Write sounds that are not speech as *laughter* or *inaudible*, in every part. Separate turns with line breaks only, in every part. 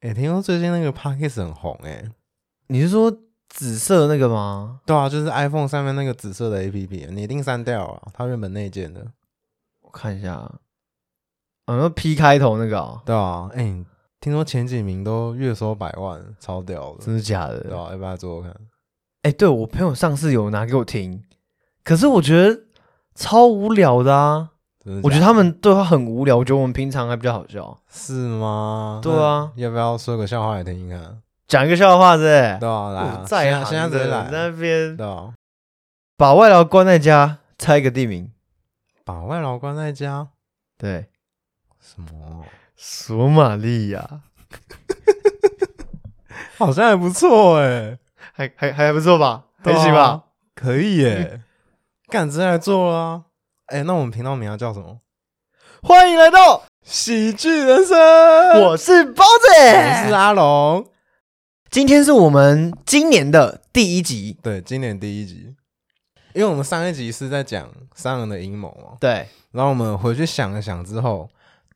哎、听说最近那个 Pockets 很红哎、欸，
你是说紫色那个吗？
对啊，就是 iPhone 上面那个紫色的 APP，你一定删掉啊，它原本内建的。
我看一下，啊，那 P 开头那个哦，
对啊，哎、听说前几名都月收百万，超屌的，
真的假的？
对啊，要不要来做做看？
哎、对我朋友上次有拿给我听，可是我觉得超无聊的啊！
真的
我觉
假
得
的
他们对话很无聊，我觉得我们平常还比较好笑，
是吗？
对啊
那要不要说个笑话来听听看？
讲一个笑话是
对啊，来
不
啊，
是，在
现在现在直接来啊，
那边
对啊，
把外劳关在家，猜一个地名，
把外劳关在家，
对，
什么？
索马利亚，
好像还不错哎、
还还还不错吧，
对
还
啊
行吧。
可以耶、嗯干直接来做啦、啊！哎、那我们频道名要叫什么？
欢迎来到，
喜剧人生，我
我是包子，
是阿龙。
今天是我们今年的第一集，
对，今年第一集，因为我们上一集是在讲商人的阴谋嘛，
对，
然后我们回去想了想之后，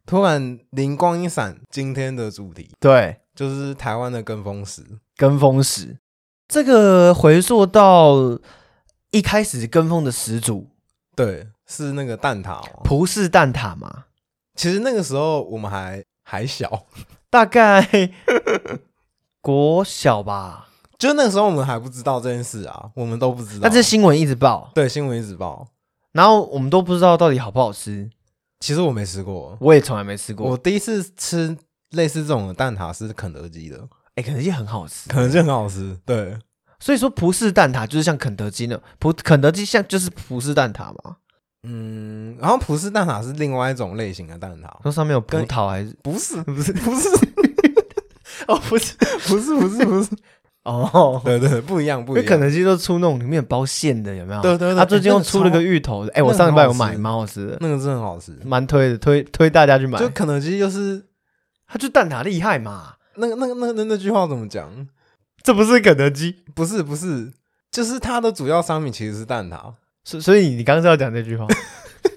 突然灵光一闪，今天的主题
对，
就是台湾的跟风史。
跟风史。这个回溯到一开始跟风的始祖
对，是那个蛋挞、哦。
葡式蛋挞嘛，
其实那个时候我们还还小，
大概国小吧。
就那个时候我们还不知道这件事啊，我们都不知道。
那这新闻一直报，
对新闻一直报，
然后我们都不知道到底好不好吃，
其实我没吃过，
我也从来没吃
我
过。
第一次吃类似这种的蛋挞是肯德基的，
哎、肯德基很好吃，
肯德基很好吃。对，
所以说葡式蛋挞就是像肯德基那葡肯德基像就是葡式蛋挞嘛，
嗯，然后葡式蛋挞是另外一种类型的蛋挞，
那上面有葡
跟
萄还是
不是，
*laughs* 不是？
不是，
哦，不是
不是，不是，不是，
*laughs* 哦，
对对，不一样，
因
不一
为
样。
肯德基都出那种里面有包馅的，有没有？
对对对
他最近
哎那
又
个
出了
超
个芋头的，哎、我
那个
上礼
很
拜
好
有买，
吃
蛮好吃的。
那个真的很好吃，
蛮推的，推推大家去买。
就肯德基就是
他就蛋挞厉害嘛，
那个那个那个那那句话怎么讲？
这不是肯德基，
不是不是，就是它的主要商品其实是蛋挞。
所所以你刚刚是要讲这句话，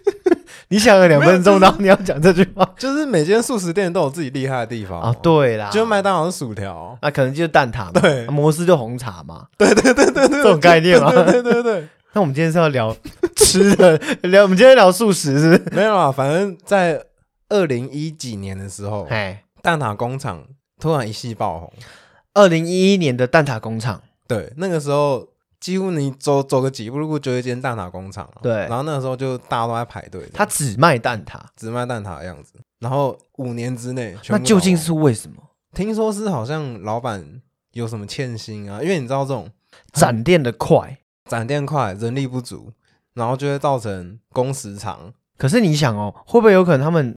*laughs* 你想了两分钟，然后你要讲这句话
就是每间素食店都有自己厉害的地方哦
啊？，对啦，
就麦当劳是薯
*laughs*
条，
那可能就是蛋挞嘛，
对
啊摩斯就红茶嘛，
对对对对对，
这种概念吗
对 *laughs* 对对对对，
*laughs* 那我们今天是要聊吃的， *laughs* 聊我们今天聊素食是不是？
没有啊，反正在二零一几年的时候，
哎，
蛋挞工厂突然一夕爆红。
二零一一年的蛋挞工厂，
对，那个时候几乎你走走个几步路就一间蛋挞工厂了。
对
然后那个时候就大家都在排队，
它只卖蛋挞，
只卖蛋挞的样子。然后五年之内，全
那
部
究竟
倒光
是为什么？
听说是好像老板有什么欠薪啊？因为你知道这种
展店的快，
展店快，人力不足，然后就会造成工时长。
可是你想哦，会不会有可能他们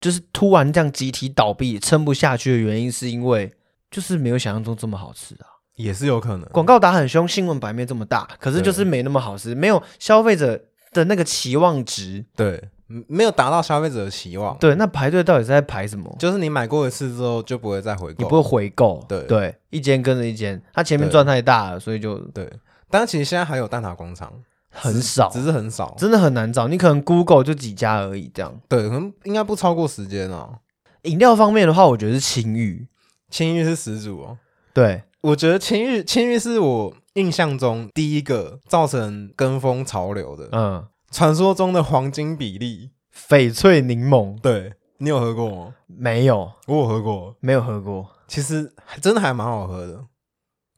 就是突然这样集体倒闭，撑不下去的原因是因为就是没有想象中这么好吃啊？
也是有可能，
广告打很凶，新闻版面这么大，可是就是没那么好吃，没有消费者的那个期望值。
对，嗯没有达到消费者的期望，
对，那排队到底是在排什么？
就是你买过一次之后就不会再回购，
你不会回购，
对
对，一间跟着一间，它前面赚太大了，所以就
对。但其实现在还有蛋挞工厂，
很少，
只是很少，
真的很难找。你可能 Google 就几家而已，这样。
对，可能应该不超过时间哦。
饮料方面的话，我觉得是青玉，
青玉是始祖哦，
对，
我觉得青玉青玉是我印象中第一个造成跟风潮流的，
嗯，
传说中的黄金比例。
翡翠柠檬
对你有喝过吗？
没有，
我有喝过，
没有喝过，
其实还真的还蛮好喝的。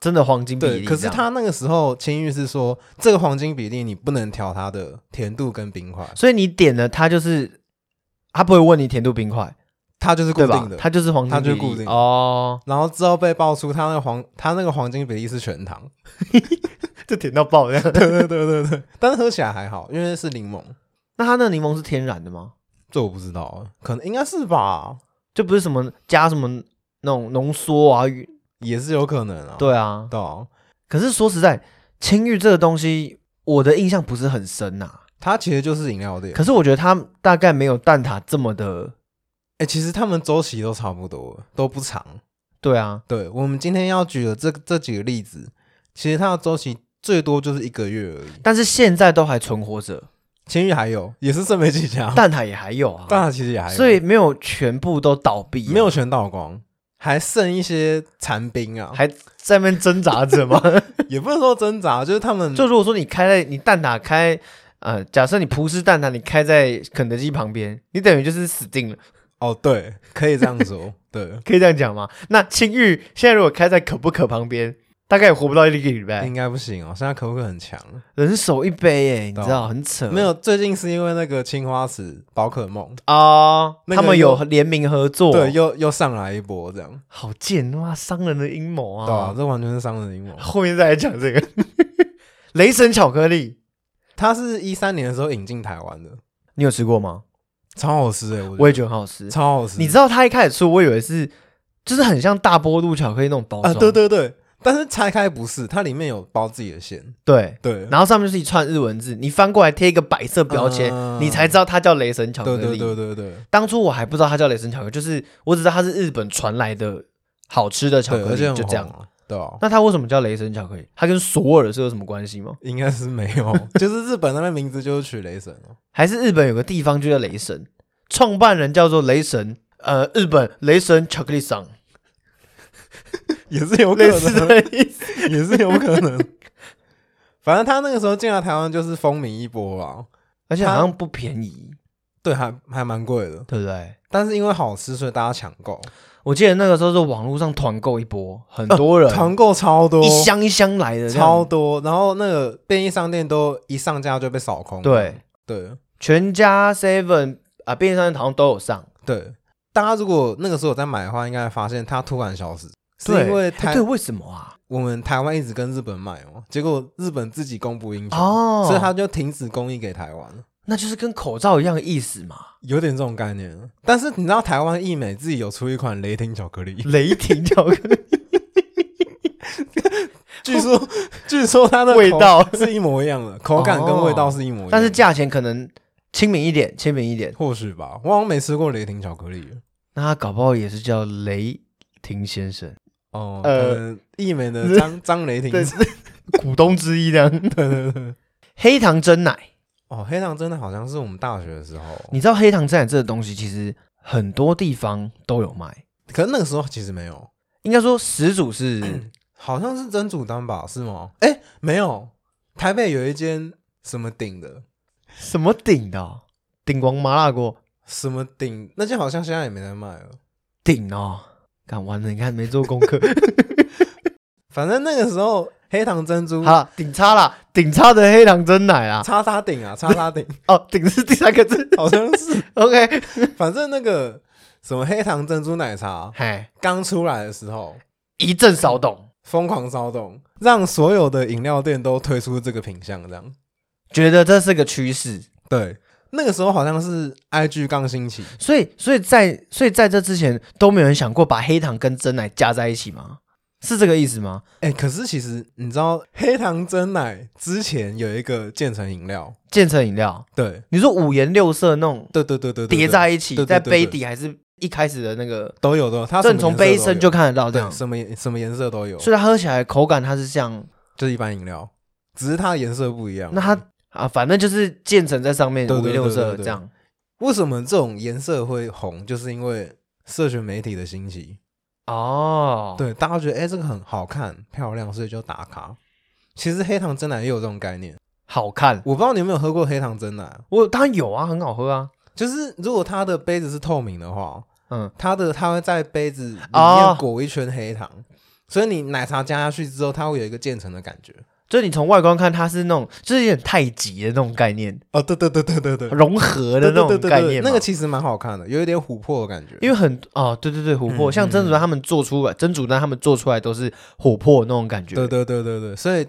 真的黄金比
对，
例这样。
可是他那个时候青玉是说，这个黄金比例你不能调它的甜度跟冰块，
所以你点了它就是，他不会问你甜度冰块，
它就是固
对吧
定？的。
它就是黄金
它
比
就
例
固定的 *laughs*
哦，
然后之后被爆出，它那个黄，它那个黄金比例是全糖。
就甜到爆这样。
对对对对对，但是喝起来还好，因为是柠檬。
那它那个柠檬是天然的吗？
这我不知道啊，可能应该是吧，
就不是什么加什么那种浓缩
*laughs*
啊？
也是有可能啊。
对啊，
对啊，
可是说实在，青玉这个东西，我的印象不是很深呐、
它其实就是饮料店。
可是我觉得它大概没有蛋挞这么的，
哎、其实他们周期都差不多，都不长。
对啊，
对我们今天要举的这这几个例子，其实它的周期最多就是一个月而已。
但是现在都还存活 *laughs* 着，
千玉还有，也是剩没几家，
蛋挞也还有啊，
但它其实也还有，
所以没有全部都倒闭、啊
没有，全倒光。还剩一些残兵啊，
还在那边挣扎着 *laughs* 吗？
也不能说挣扎，就是他们
就如果说你开在你蛋挞开，呃，假设你葡式蛋挞你开在肯德基旁边，你等于就是死定了，
哦，对，可以这样说，对，
可以这样讲吗？那青玉现在如果开在可不可旁边，大概也活不到一个礼拜，
应该不行哦。现在可不可很强？
人手一杯耶，你
对啊
知道很扯。
没有，最近是因为那个青花瓷宝可梦，
啊，
那
他
个
们
又
有联名合作，
对，，又又上来一波这样，
好贱，他妈商人的阴谋
对啊
啊！，
这完全是商人阴谋。
后面再来讲这个 *laughs* 雷神巧克力，
它是一三年的时候引进台湾的，
你有吃过吗？
超好吃哎，
我
我也
也觉得很好吃。
超好吃，
你知道它一开始出，我以为是就是很像大波露巧克力那种包
啊？
装，
对对对，但是拆开不是，它里面有包自己的馅，
对
对，
然后上面就是一串日文字，你翻过来贴一个白色标签，啊
嗯
你才知道它叫雷神巧克
对
力。
对对对对
当初我还不知道它叫雷神巧克力，就是我只知道它是日本传来的好吃的巧
对，
克
而
力，
且很
就这样
红。啊，对啊。
那它为什么叫雷神巧克力？它跟索尔是有什么关系吗？
应该是没 *laughs* 有，就是日本那边名字就是取雷神哦，
还是日本有个地方就叫雷神，创办人叫做雷神，呃，日本雷神巧克力桑，
*laughs* 也是有可
类似
能，
的意思。
也是有可能。反正他那个时候进来台湾就是风靡一波啊，
而且好像不便宜，
对，还还蛮贵的，
对不对？
但是因为好吃，所以大家抢购，
我记得那个时候是网络上团购一波，很多人、
团购超多，
一箱一箱来的，这样
超多，然后那个便利商店都一上架就被扫空，
对，
对
全家 Seven 啊，便利商店好像都有上。
对。大家如果那个时候有在买的话，应该会发现它突然消失，是
对
因为
哎
台
对，为什么啊？
我们台湾一直跟日本买哦，结果日本自己供不应求，
哦，
所以它就停止供应给台湾了。
那就是跟口罩一样的意思嘛。
有点这种概念。但是你知道台湾益美自己有出一款雷霆巧克
*laughs*
力，
雷霆巧
*laughs*
克力
据说据说它的口，
味道哦
是一模一样的，口感跟味道是一模一样的
但是价钱可能亲民一点，亲民一点。
或许吧，我好像没吃过雷霆巧克力。
那他搞不好也是叫雷霆先生，
哦，
呃
可能益美的张 *laughs* 张雷霆，
对 *laughs*
对
股东之一这样。 *laughs*
对对。
黑糖真奶，
哦，黑糖真的好像是我们大学的时候，
你知道黑糖真奶这个东西，其实很多地方都有卖。
可是那个时候其实没有，
应该说始祖 *coughs* 是
好像是真主丹吧？是吗？哎，没有，台北有一间什么鼎的，
什么鼎的哦、鼎王麻辣锅
什么鼎，那间好像现在也没在卖了。
鼎哦，看完了，你看没做功课。
反正那个时候黑糖珍珠
好 *laughs* 了，顶叉啦，顶叉的黑糖真奶啊，
叉叉顶啊，叉叉 *laughs* 顶，
哦，顶是第三个字
好像是。
，OK，
反正那个什么黑糖珍珠奶茶
嗨，
刚出来的时候，
一阵骚动，
疯狂骚动，让所有的饮料店都推出这个品相，这样。
觉得这是个趋势，
对，那个时候好像是 IG 刚兴起，
所以，所以在所以在这之前都没有人想过把黑糖跟真奶加在一起吗？是这个意思吗？
哎、可是其实你知道黑糖真奶之前有一个渐层饮料，
建成饮料，
对，
你说五颜六色那种
对对对对对，
叠
对
在一起，
对对
在
对
杯
对
底还是一开始的那个，
都有的，它什么
正从
颜色
杯
都
身
有
就看得到这
对，
样，
什么颜什么颜色都有，
所以它喝起来口感它是像，
就是一般饮料，只是它的颜色不一样。
那它啊，反正就是建成在上
嗯
面
对
五
对
颜六
对对
色
对
这样。
为什么这种颜色会红，就是因为社群媒体的兴起，
哦，，
对大家觉得哎、诶这个很好看、漂亮，所以就打卡。其实黑糖真奶也有这种概念，
好看，
我不知道你有没有喝过黑糖真奶，
我当然有啊，很好喝啊，
就是如果它的杯子是透明的话，
嗯，
它的它会在杯子里
哦
面裹一圈黑糖，所以你奶茶加下去之后，它会有一个渐层的感觉。
就是你从外观看，它是那种就是有点太极的那种概念，
哦，对对对对对对
融合的
对
那
对对
种
对
概念嘛。
那个其实蛮好看的，有一点琥珀的感觉。
因为很哦，对对对，琥
嗯
珀，像真主丹他们做出来，真主丹他们做出来都是琥珀那种感觉，
对对对对对，所以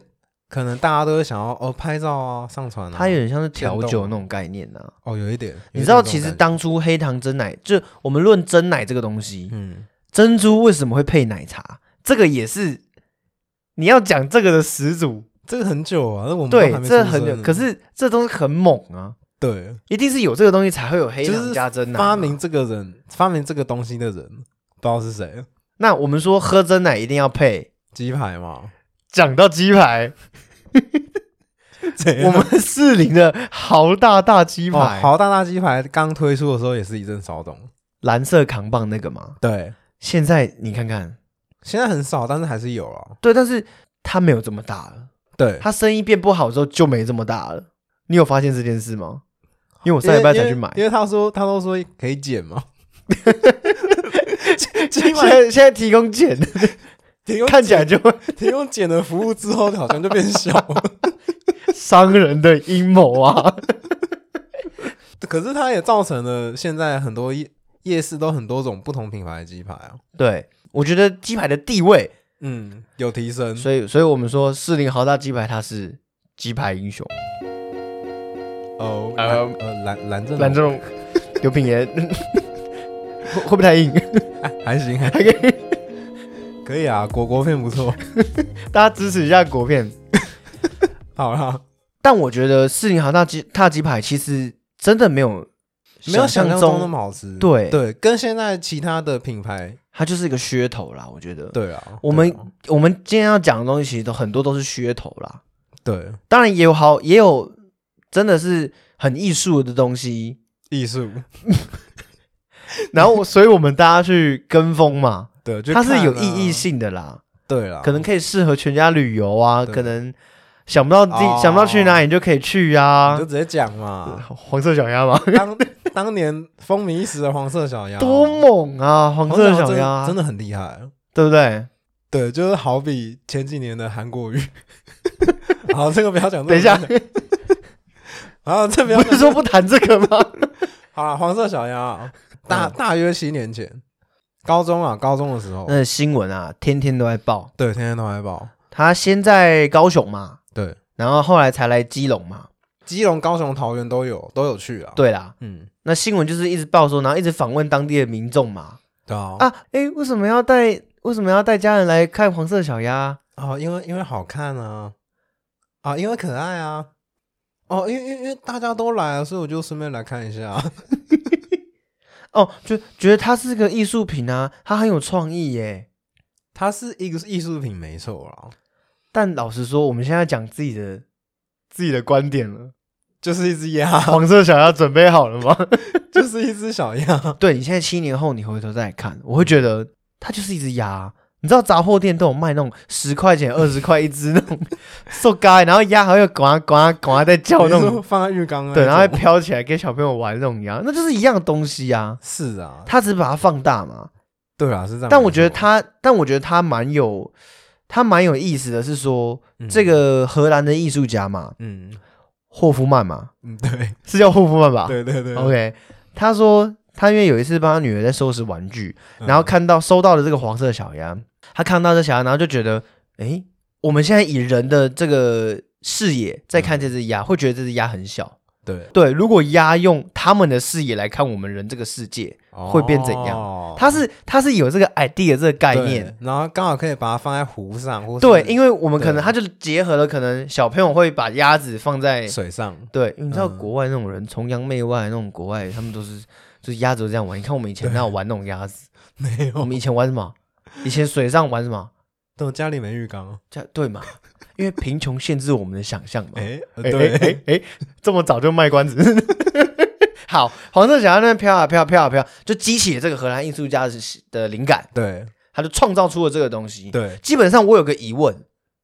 可能大家都会想要哦拍照啊、上传啊。
它有点像是调
电动
酒那种概念呐、啊。
哦，有一点，
你
有一点
知
这
道，
种
其实
感觉
当初黑糖真奶，就我们论真奶这个东西，
嗯，
珍珠为什么会配奶茶？这个也是你要讲这个的始祖，
这个很久啊，那我们
对
都还，没
这
出
很
生
有，
呢
可是这东西很猛啊，
对
一定是有这个东西才会有黑
就
糖
是
加真奶嘛。
发明这个人、发明这个东西的人，不知道是谁，
那我们说喝真奶一定要配，
鸡排嘛？
讲到鸡排，
怎样
*laughs* 我们士林的豪大大
*laughs*
鸡
哦
排，
豪大大鸡排刚推出的时候也是一阵骚动，
蓝色扛棒那个吗？
对，
现在你看看，
现在很少，但是还是有啊。
对，但是它没有这么大了，
对，
它生意变不好之后就没这么大了。你有发现这件事吗？因为我
我
上礼拜才去买，
因为他说他都说可以减
*laughs*
嘛，
现在现在提供减，
提供
看
*laughs*
起来就会
提供减的服务之后，好像就变小 *laughs* 了。
商人的阴谋
*laughs*
啊！
可是它也造成了现在很多夜夜市都很多种不同品牌的鸡排啊，
对，我觉得鸡排的地位，
嗯，有提升。
所以所以我们说士林豪大鸡排它是鸡排英雄，
哦，
呃
蓝呃蓝蓝正
蓝这种刘品言 *laughs* 会会不会太硬？
还行，
*laughs*
还
还可以
可以啊，果果片不
*laughs*
错。
大家支持一下国片。
好啦，
但我觉得士林豪大鸡大鸡排其实真的没有
没有想象中那
中，
么好吃。
对
对，跟现在其他的品牌，
它就是一个噱头啦。我觉得，
对啊，
我们
对啊
我们今天要讲的东西，其实都很多都是噱头啦。
对
当然也有好，也有真的是很艺术的
*laughs*
东西。
艺术，
然后我，所以我们大家去跟风嘛，
对，就
它是
看
有
啊
意义，性的啦，
对啦，
可能可以适合全家旅游啊，
对
可能想不到自己、
哦
想不到去哪里，你就可以去啊
你就。直接讲
*laughs*
嘛。
黄色小鸭嘛，
当当年风靡一时的黄色小鸭，
多猛啊！黄
黄
色
色
小
真的
鸭，
真的很厉害。
对不对？
对，就是好比前几年的韩
*laughs*
国瑜。好，这个不要讲。
等一下，
这个不要讲好，这不要
不是说不谈这个吗？
好啦黄色小鸭啊，大
嗯
大约七年前，高中啊，高中的时候，
那新闻啊，天天都在报。
对，天天都海报，
他先在高雄嘛，
对，
然后后来才来基隆嘛。
基隆、高雄、桃园都有，都有去啊。，
对啦，
嗯，
那新闻就是一直报说，然后一直访问当地的民众嘛。
对啊，
啊，哎、为什么要带为什么要带家人来看黄色小鸭？
啊，因为因为好看啊，啊，因为可爱啊，哦，因为因为因为大家都来了，啊所以我就顺便来看一下。啊
哦，就觉得它是个艺术品啊，它很有创意耶。
*laughs* 它是一个艺术品，没错啦，
但老实说，我们现在讲自己的自己的观点了。
就是一只鸭， *laughs*
黄色小鸭准备好了吗？
就是一只小鸭。
*laughs* 对你现在七年后你回头再看，我会觉得它就是一只鸭。你知道杂货店都有卖那种十块钱、二十块一只那种 *laughs* 瘦咖，然后鸭还会呱呱呱在叫那
你
种
说，放在浴缸啊那
对，然后还
种
飘起来给小朋友玩那种鸭，那就是一样的东西啊。
是啊，
它只是把它放大嘛。
对啊，是这样。
但我觉得它，但我觉得它蛮有，它蛮有意思的是说，
嗯
这，个荷兰的艺术家嘛，
嗯
霍夫曼嘛，
嗯，对
是叫霍夫曼吧？
对对对
啊 OK，他说他因为有一次帮他女儿在收拾玩具，
嗯
然后看到收到了这个黄色的小鸭，他看到这小鸭，然后就觉得，诶，我们现在以人的这个视野在看这只鸭，会觉得这只鸭很小。
对
对，如果鸭用他们的视野来看我们人这个世界，
哦
会变怎样
样
它是它是有这个 idea 这个概念。，
对然后刚好可以把它放在湖上，或是
对，因为我们可能
对
它就结合了，可能小朋友会把鸭子放在
水上，
对，你知道
嗯
国外那种人崇洋媚外那种国外，他们都是就是鸭子都这样玩。你看我们以前哪有玩那种鸭子？
没
我
有，
们以前玩什么？以前水上玩什么？
对，我家里没浴缸，
这对嘛？因为贫穷限制我们的想象嘛。
哎，呃
哎
对，
哎哎哎这么早就卖关子。 *laughs* 好，黄色小鸭那边飘啊飘啊飘啊飘啊，就激起了这个荷兰艺术家的的灵感，
对
他就创造出了这个东西。
对，
基本上我有个疑问，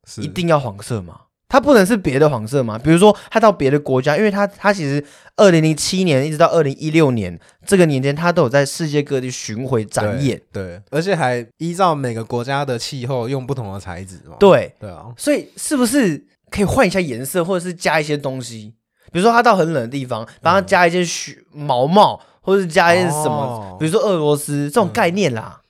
是
一定要黄色吗？它不能是别的黄色吗？比如说，它到别的国家，因为它它其实二零零七年一直到二零一六年这个年间，它都有在世界各地巡回展演。，
对对，而且还依照每个国家的气候用不同的材质嘛，
对，
对啊，
所以是不是可以换一下颜色，或者是加一些东西？比如说，它到很冷的地方，帮它加一些雪毛毛，或者是加一些什么
哦，
比如说俄罗斯这种
嗯
概念啦。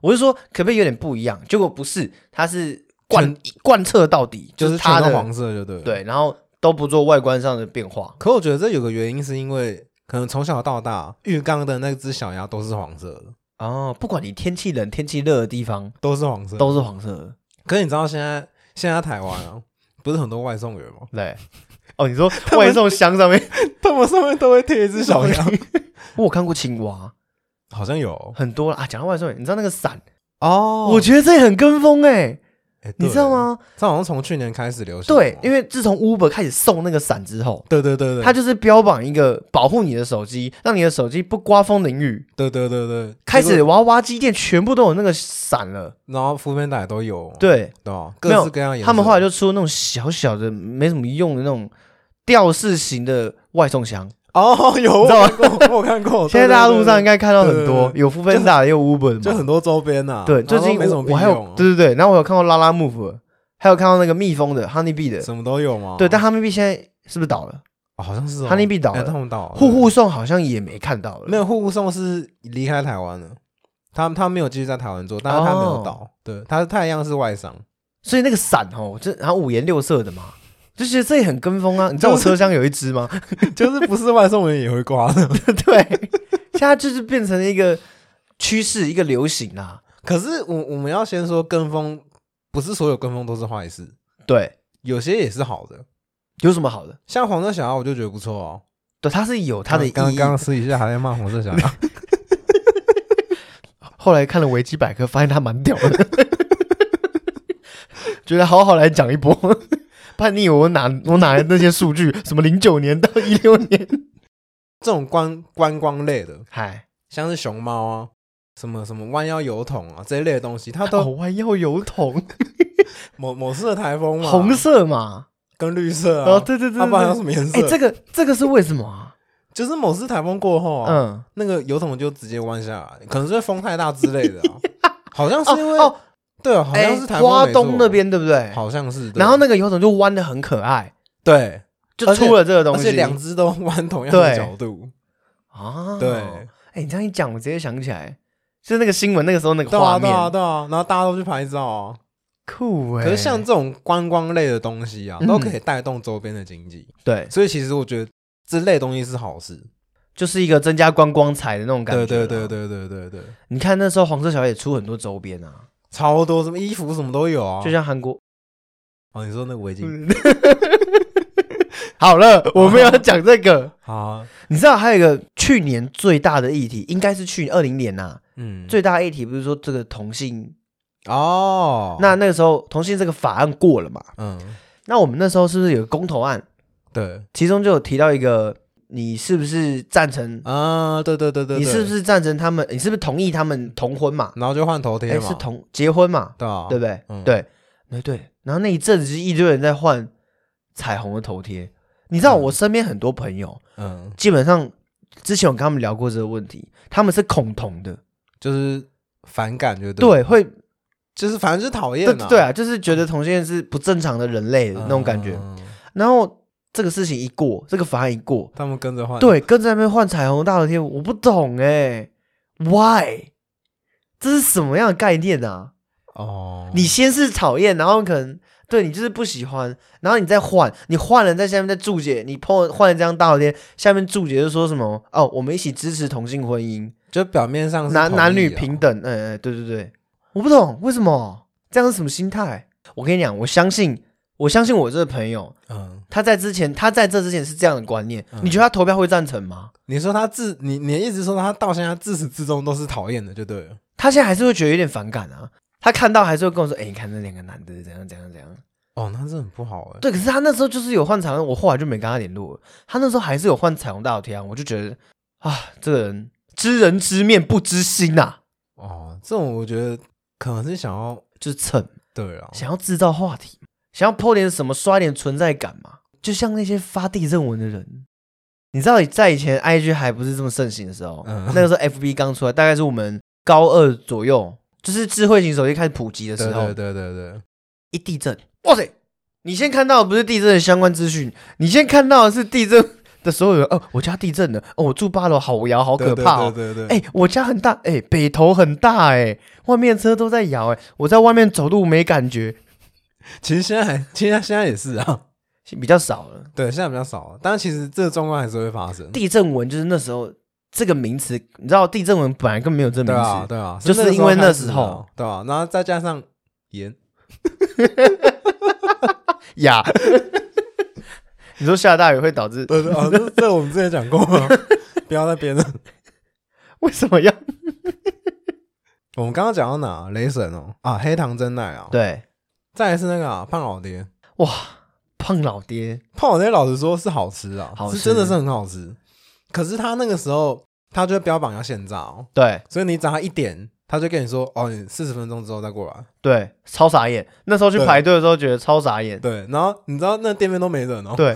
我是说，可不可以有点不一样？结果不是，它是贯贯彻到底，
就是
它
全
的
都黄色就对了。
对，然后都不做外观上的变化。
可我觉得这有个原因，是因为可能从小到大，浴缸的那只小鸭都是黄色的，
哦，不管你天气冷、天气热的地方
都是黄色。
都是黄色的。
可是你知道现在现在台湾啊，不是很多外送员
*laughs*
吗？
对，哦， *laughs* 你说外送箱上面，
他们上面都会贴一只小鸭，
*laughs* 我有看过青蛙
*laughs* 好像有
*laughs* 哦很多啦啊。讲到外送员，你知道那个伞，
哦
我觉得这也很跟风哎、
哎
你知道？吗？
对这好像从去年开始流行。
对，因
为
为自从 Uber 开始送那个伞之后，
对对对对，
它就是标榜一个保护你的手机，让你的手机不刮风淋雨。
对对对对，
开
结
始
果，
娃娃机店全部都有那个伞了，
然后副片打也都有，
对
对哦，
没有
各式各样的颜色。
他们后来就出那种小小的没什么用的那种吊饰型的外送箱，
哦，有
你
我
知道吗
看过，我有看过。
*laughs* 现在大家路上应
该
该看到很
对对
多
对对
有 f o o p a n d a 也有 Uber 的
就
嘛，
很多周边呐。
对，
然后
最近
都没什么
我
屁
我还有
用啊
对对对，然后我有看到拉拉 Move，还有看到那个蜜蜂的 Honey Bee 的，
什么都有嘛。
对，但 Honey Bee 现在是不是倒了？
哦好像是哦
哈尼比岛
哎
了
他们岛了
户户送好像也没看到了，
没有户户送是离开台湾了，他他没有继续在台湾做，但是他没有
哦
倒，对，他太阳是外商。 *laughs*
所以那个伞哦，这然后五颜六色的嘛，就觉得这也很跟风啊。你知道我车厢有一
*laughs*
只吗？
就是不是外送人也会刮的。 *laughs*
对，现在就是变成了一个趋势，一个流行啊啦。
可是我我们要先说跟风，不是所有跟风都是坏事，
对，
有些也是好的。
有什么好的？
像黄色小鸭，我就觉得不错哦。
对，它是有它的意义。
刚刚刚私底下还在骂黄色小鸭， *laughs*
后来看了维基百科，发现它蛮屌的， *laughs* 觉得好好来讲一波。不然你以为我哪我哪来那些数据？什么零九年到一六年？
这种观观光类的，
嗨，
像是熊猫啊，什么什么弯腰油桶啊这一类的东西，它
哦，
都
弯腰油桶，
某某次的台风嘛，
红色嘛？
跟绿色啊，
哦，对对对
它
对
不然有
对
什么颜色？
哎、这个这个是为什么啊？
就是某次台风过后啊，
嗯，
那个油桶就直接弯下来，可能是风太大之类的
*laughs*
啊、好像是因为、
哦，
对，好
哎、
像是台风、
花东那，边对不对？
好像是。对
然后那个油桶就弯的很可爱，
对，
就出了这个东
而
西。
且两只都 *laughs* 弯同样的
对
角度，
啊，
对，
哎、你这样一讲，我直接想起来，就是那个新闻那个时候那个
对
画
啊，
面，
对啊，对啊，然后大家都去拍照啊。
酷哎、
可是像这种观光类的东西啊，
嗯
都可以带动周边的经济，
对，
所以其实我觉得这类东西是好事。
就是一个增加观光彩的那种感觉。啊
对对对，对对对对，
你看那时候黄色小姐也出很多周边啊，
超多什么衣服什么都有啊。
就嗯像韩国。
哦，你说那个围巾
*laughs* 好了，我
哦
们要讲这个。
好啊，
你知道还有一个去年最大的议题，应该是去年二零年啊呐、
嗯，
最大的议题不是说这个同性，
哦，
那那个时候同性这个法案过了嘛？
嗯，
那我们那时候是不是有个公投案？
对
其中就有提到一个，你是不是赞成？
啊，对对对对，
你是
对？
不是赞成他们？你是不是同意他们同婚嘛？
然后就换头贴
哎，
嘛，
是同结婚嘛？
对啊，
对不对？
嗯
对，哎对。然后那一阵子是一堆人在换彩虹的头贴。你知道
嗯
我身边很多朋友，
嗯，
基本上之前我跟他们聊过这个问题，他们是恐同的，
就是反感，就对，
对，会，
就是反正就是讨厌
对
啊，
对啊，就是觉得同性恋是不正常的人类的那种感觉。
嗯
然后这个事情一过，这个法案一过，
他们跟着换，
对，跟在那边换彩虹大头贴，我不懂哎、w h y 这是什么样的概念啊？
哦，
你先是讨厌，然后可能对你就是不喜欢，然后你再换，你换了在下面再注解，你碰换了这张大头贴，下面注解就说什么哦，我们一起支持同性婚姻，
就表面上是
男
同
男
意
女
啊
平等，哎、哎，对对对，我不懂为什么这样是什么心态？我跟你讲，我相信，我相信我这个朋友，
嗯，
他在之前，他在这之前是这样的观念，你觉得他投票会赞成吗？
你说他自你你一直说他到现在自始至终都是讨厌的，就对了。
他现在还是会觉得有点反感啊。他看到还是会跟我说：“哎、你看那两个男的怎样怎样怎样。
哦，那这很不好哎”、
对，可是他那时候就是有换彩虹，我后来就没跟他联络了。他那时候还是有换彩虹大头贴啊，我就觉得啊，这个人知人知面不知心呐、啊，
哦，这种我觉得可能是想要
就是蹭，
对啊，
想要制造话题，想要泼点什么，刷点存在感嘛。就像那些发地震文的人，你知道在以前 IG 还不是这么盛行的时候，
嗯
那个时候 FB 刚出来，大概是我们高二左右，就是智慧型手机开始普及的时
对
候。
对对对对，
一地震，哇塞！你先看到的不是地震的相关资讯，你先看到的是地震的所有人。哦，我家地震了，哦，我住八楼，好摇，好
好
可怕、哦。
对对对
哎、我家很大，哎、北头很大、哎，外面车都在摇，哎，我在外面走路没感觉，
其实现在还其实现在也是
*laughs*
啊，
比较少了。
对，现在比较少了，但其实这个状况还是会发生。
地震文就是那时候这个名词，你知道地震文本来根本没有这个
对
名
啊，
词，
对啊，
就是
个
因为那
开
时
始
候
啊，对啊，然后再加上
*laughs*
盐，
呀、 *laughs* 你说下大雨会导致
啊对对啊，这这我们之前讲过啊， *laughs* 不要再编了。
为什么要
*laughs* 我们刚刚讲到哪？雷神哦，啊，黑糖真奶啊，
对？
再来是那个、啊、胖老爹，
哇，胖老爹，
胖老爹老实说是好吃啊，
好
是
吃
真的是很好吃。可是他那个时候他就会标榜要现炸哦，
对
所以你找他一点，他就跟你说哦，你四十分钟之后再过来。
对，超傻眼。那时候去
对
排队的时候觉得超傻眼，
对，然后你知道那店面都没人哦， *laughs*
对，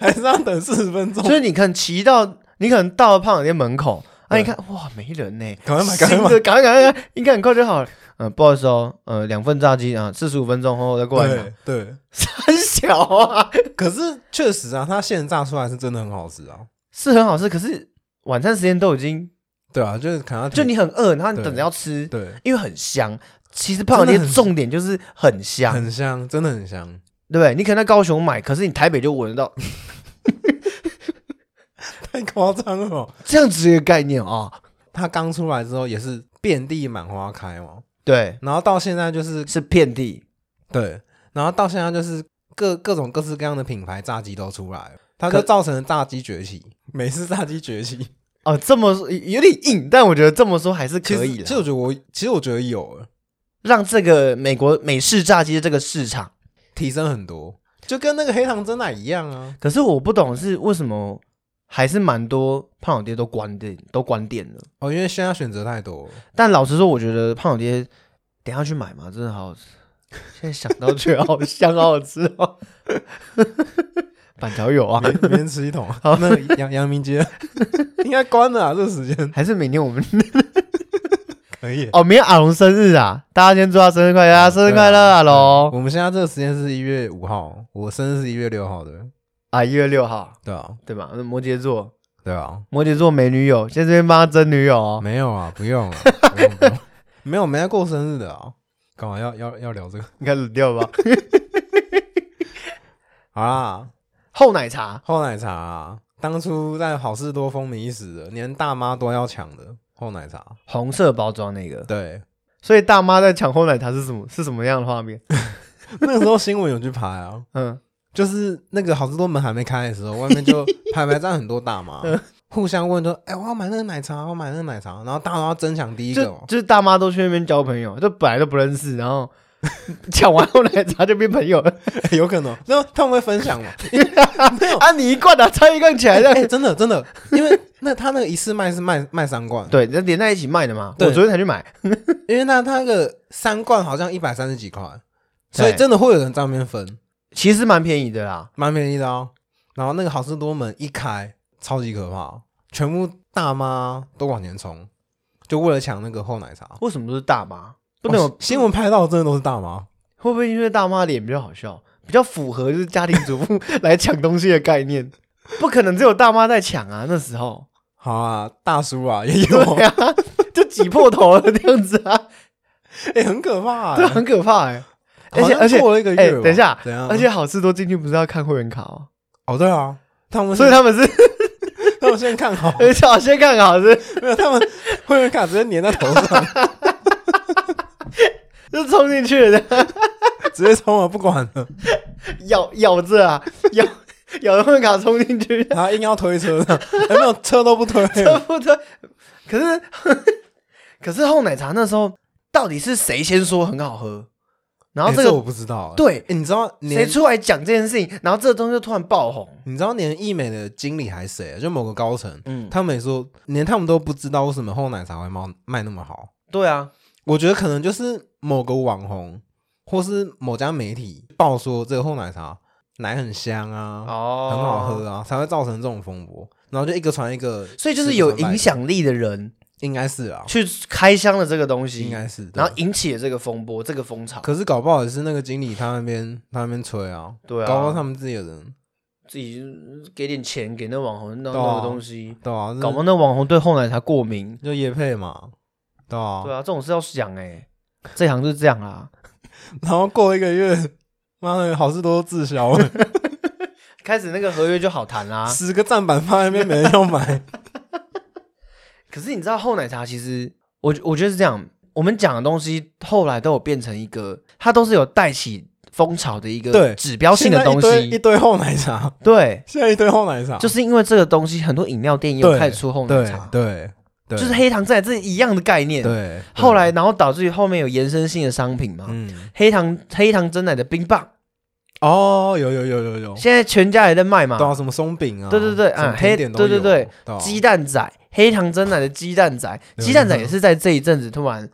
还是要等四十分钟
就。是你可能骑到，你可能到了胖老爹门口，啊，
对
你看哇没人呢，
赶快买赶快买
新的赶快赶快，赶快应该很快就好了。嗯，不好意思哦，呃，两份炸鸡啊，四十五分钟后再过来拿， *laughs*
对对，
很小啊，
可是确实啊，他现炸出来是真的很好吃啊。
是很好吃，可是晚餐时间都已经，
对啊，就是可能要
就你很饿，然后你
对
等着要吃，
对，
因为很香。其实胖老爹
真的很
重点就是很香，
很香，真的很香。 *laughs*
对不对？你可能在高雄买，可是你台北就闻得到， *laughs*
太夸张了哦！
这样子一个概念啊、
它刚出来之后也是遍地满花开嘛，
对，
然后到现在就是
是遍地。
对，然后到现在就是各各种各式各样的品牌炸鸡都出来了，它
可
就造成了炸鸡崛起，美式炸鸡崛起。
哦，这么说有点硬，但我觉得这么说还是
其
可
实
以
其实
的，
我觉得我其实我觉得有了
让这个美国美式炸鸡的这个市场。
提升很多，就跟那个黑糖真奶一样啊。
可是我不懂是为什么，还是蛮多胖老爹都关店，都关店了。
哦，因为现在选择太 *laughs* 多了，
但老实说，我觉得胖老爹等一下去买嘛，真的好好吃。现在想到觉得好香，好好吃哦。板桥有啊，
每天吃一桶。那个杨杨明街 *laughs* 应该关了啊，这个时间
还是明天我们
可以。
哦，明天阿龙生日啊，大家先祝他生日快乐，啊，生日快乐，阿龙
我们现在这个时间是一月五号，我生日是一月六号的，
啊，一月六号
对啊，
对吧？摩羯座，
对啊，
摩羯座没女友，先这边帮他争女友哦。
没有啊，不用啊，不用不 *laughs* 用没有没在过生日的啊，干嘛要要要聊这个？
应该冷掉吧？
好啦，
厚奶茶，
厚奶茶、啊，当初在好事多风靡一时的，连大妈都要抢的厚奶茶，
红色包装那个，
对，
所以大妈在抢厚奶茶是什么？是什么样的画面？
*laughs* 那个时候新闻有去拍啊，
嗯，
就是那个好事多门还没开的时候，外面
*laughs*
就排排站很多大妈，
嗯
互相问说：“哎、我要买那个奶茶，我要买那个奶茶。”然后大家都要争抢第一个
就
哦，
就是大妈都去那边交朋友，就本来都不认识，然后 *laughs* 抢完厚奶茶就变朋友了。 *laughs*
有可能哦。那他们会分享吗？没有，
啊，你一罐拿差一罐起啊来
哎、
这
哎
样。
真的真的，因为那他那个一次卖是卖卖三罐，
对，那连在一起卖的嘛。
对
我昨天才去买，
因为那他那个三罐好像一百三十几块，所以
对
真的会有人在那边分，
其实蛮便宜的啦。
蛮便宜的哦。然后那个好事多门一开，超级可怕，全部大妈都往前冲，就为了抢那个厚奶茶。
为什么都是大妈？不能有、
哦新闻拍到的真的都是大妈，
会不会因为大妈脸比较好笑，比较符合就是家庭主
*laughs*
妇 *laughs* 来抢东西的概念？不可能只有大妈在抢啊，那时候
好啊，大叔啊也有
对，啊，就挤破头了这样子啊，
*laughs* 哎、很可怕、
这
欸。
很可怕哎、而
好
且
像
而且
过了一个月、啊
哎等一下，
怎样？
而且好事多进去不是要看会员卡哦，
哦，对啊，他们
所以他们是，
他们现在看好
*laughs* 好先看好是，
没有他们会员卡直接粘在头上，
就冲进去了，
直接冲了不管了，
*laughs* 咬咬着啊， *laughs* 咬咬着会员卡冲进去，
然后硬要推车上，还没有车都不推
*laughs*
了。
这不对。可是 *laughs* 可是厚奶茶那时候到底是谁先说很好喝，然后
欸
这
这
个
我不知道欸、
对
欸你知道
谁
连
出来讲这件事情，然后这东西就突然爆红。
你知道连医美的经理还是谁啊、就某个高层，
嗯，
他们也说连他们都不知道为什么厚奶茶会卖卖那么好。
对啊，
我觉得可能就是某个网红或是某家媒体报说这个厚奶茶奶很香啊，
哦
很好喝。啊，才会造成这种风波。然后就一个传一个，
所以就是有
十个传百
影
个，
响力的人
应该是啊，
去开箱了这个东
应
西，
该是。对
然后引起了这个风波、这个风潮。
可是搞不好也是那个经理他那边他那边吹啊，
对啊，
搞不好他们自己的人，
自己就是给点钱给那网红弄
对啊
那个东西，
对啊，
搞不好那网红对厚奶茶过敏。
就叶配嘛，对啊，
对啊，这种事要想哎，这行就是这样啊啦。
然后过一个月，妈的，好事多都滞销了，
开始那个合约就好谈啦。
十个站板放在那边没人要买。
*laughs* 可是你知道厚奶茶其实，我我觉得是这样，我们讲的东西后来都有变成一个，它都是有带起风潮的一个
对
指标性的东
现在一堆一
西。
堆厚奶茶，
对，
现在一堆厚奶茶，
就是因为这个东西，很多饮料店也有
对
开始出厚奶
对
茶。
对对，
就是黑糖在这一样的概念。
对。
后来，然后导致于后面有延伸性的商品嘛，
嗯，
黑糖黑糖蒸奶的冰棒，
哦，有有有有有，
现在全家也在卖嘛
对，啊，什么松饼啊，
对对对
什么
啊黑
甜点都有
对对对，
啊
鸡蛋仔，黑糖蒸奶的鸡蛋仔，鸡蛋仔也是在这一阵子突然，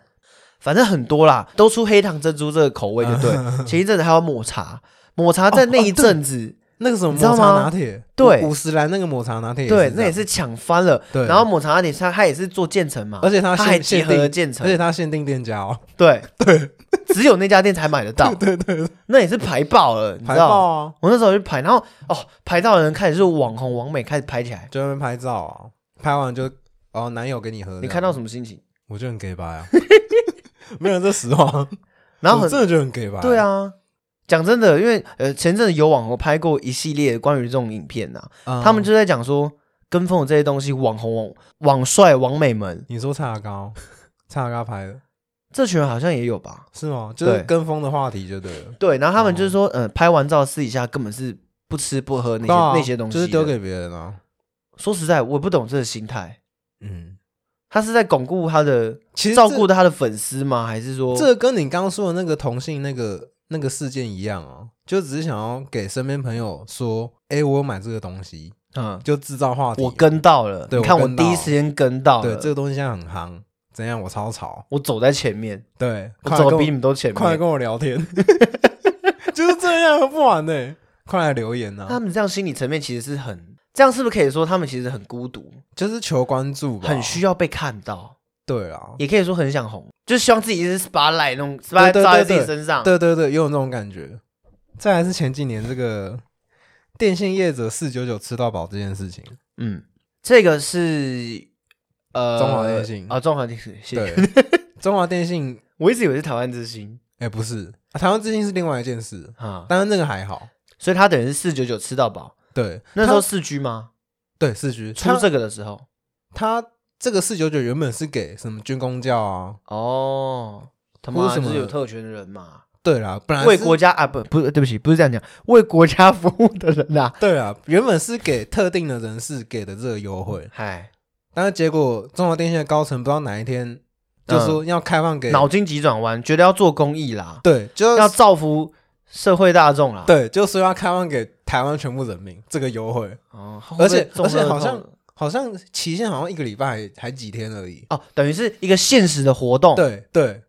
反正很多啦，都出黑糖珍珠这个口味，就对。前一阵子还有抹茶，抹茶在那一阵子，
那个什么
你
抹
知道
茶
吗
拿铁，
对
五十兰那个抹茶拿铁，
对，那
这样，
也是抢翻了。
对，
然后抹茶拿铁它它也是做建成嘛，
而且它
它还
限
结
限
合了
定，
建
而
成，
且它限定店家哦，
对对，只有那家店才买得到，对对那也是排爆了，你知
排
道。
爆啊，
我那时候就排，然后哦，排到的人开始是网红、网美开始拍起来，
就在那边拍照啊，拍完就哦，男友给你喝，
你看到什么心情？
么？我就很 gay 白啊， *laughs* 没有这实话，
然后
我
很
真的就很 gay 白，
对，啊，讲真的，因为呃前阵子有网红拍过一系列关于这种影片呐、啊
嗯
他们就在讲说跟风的这些东西，网红、网网帅、网美们，
你说蔡阿高，蔡阿高拍的
这群人好像也有吧？
是吗？就是
对
跟风的话题就对了，
对，然后他
哦
们就是说，呃，拍完照私底下根本是不吃不喝那些、
对啊
那些东西
就
的，
是丢给别人啊，
说实在，我不懂这个心态，
嗯，
他是在巩固他的
其实
照
这
顾他的粉丝吗？还是说
这跟你刚刚说的那个同性那个那个事件一样啊，就只是想要给身边朋友说，哎，我有买这个东西，
嗯，
就制造话题。
我跟到了，
对
你看
我
我
跟到
第一时间跟到
对
了，
这个东西现在很夯，怎样？我超潮，
我走在前面，
对，
我
快来
走
跟
得比你们都前
快来
面。
跟我聊天， *laughs* 就是这样不玩呢、快来留言啊呐、
他们这样心理层面其实是很，这样是不是可以说他们其实很孤独，
就是求关注吧，
很需要被看到，
对啊，
也可以说很想红，就是希望自己是 spotlight 那种 spotlight
对
照在自己
对
身上。
对对对，也有那种感觉。再来是前几年这个电信业者四九九吃到饱这件事情，
嗯，这个是呃
中华电信
啊，中华电信，谢谢。
对， *laughs* 中华电信
我一直以为是台湾之星
哎、不是，啊台湾之星是另外一件事，
啊，
当然那个还好。
所以他等于是四九九吃到饱。
对，
那时
他
候四 G 吗？
对四 G
出
他
这个的时候
他这个四九九原本是给什么军工教啊？
哦，他
不
妈
是什么
是有特权的人嘛，
对啦，本来
为
是
国家啊不不对不起，不是这样讲，为国家服务的人呐、啊。
对啦，原本是给特定的人士给的这个优惠，
嗨，
但是结果中华电信的高层不知道哪一天就说要开放给、
嗯哎脑筋急转弯，觉得要做公益啦，
对，就
要造福社会大众啦。，
对，就说要开放给台湾全部人民这个优惠，
哦，会不会
而且
中
而且
乐透
好像好像期限好像一个礼拜还还几天而已。
哦，等于是一个现实的活动，
对对，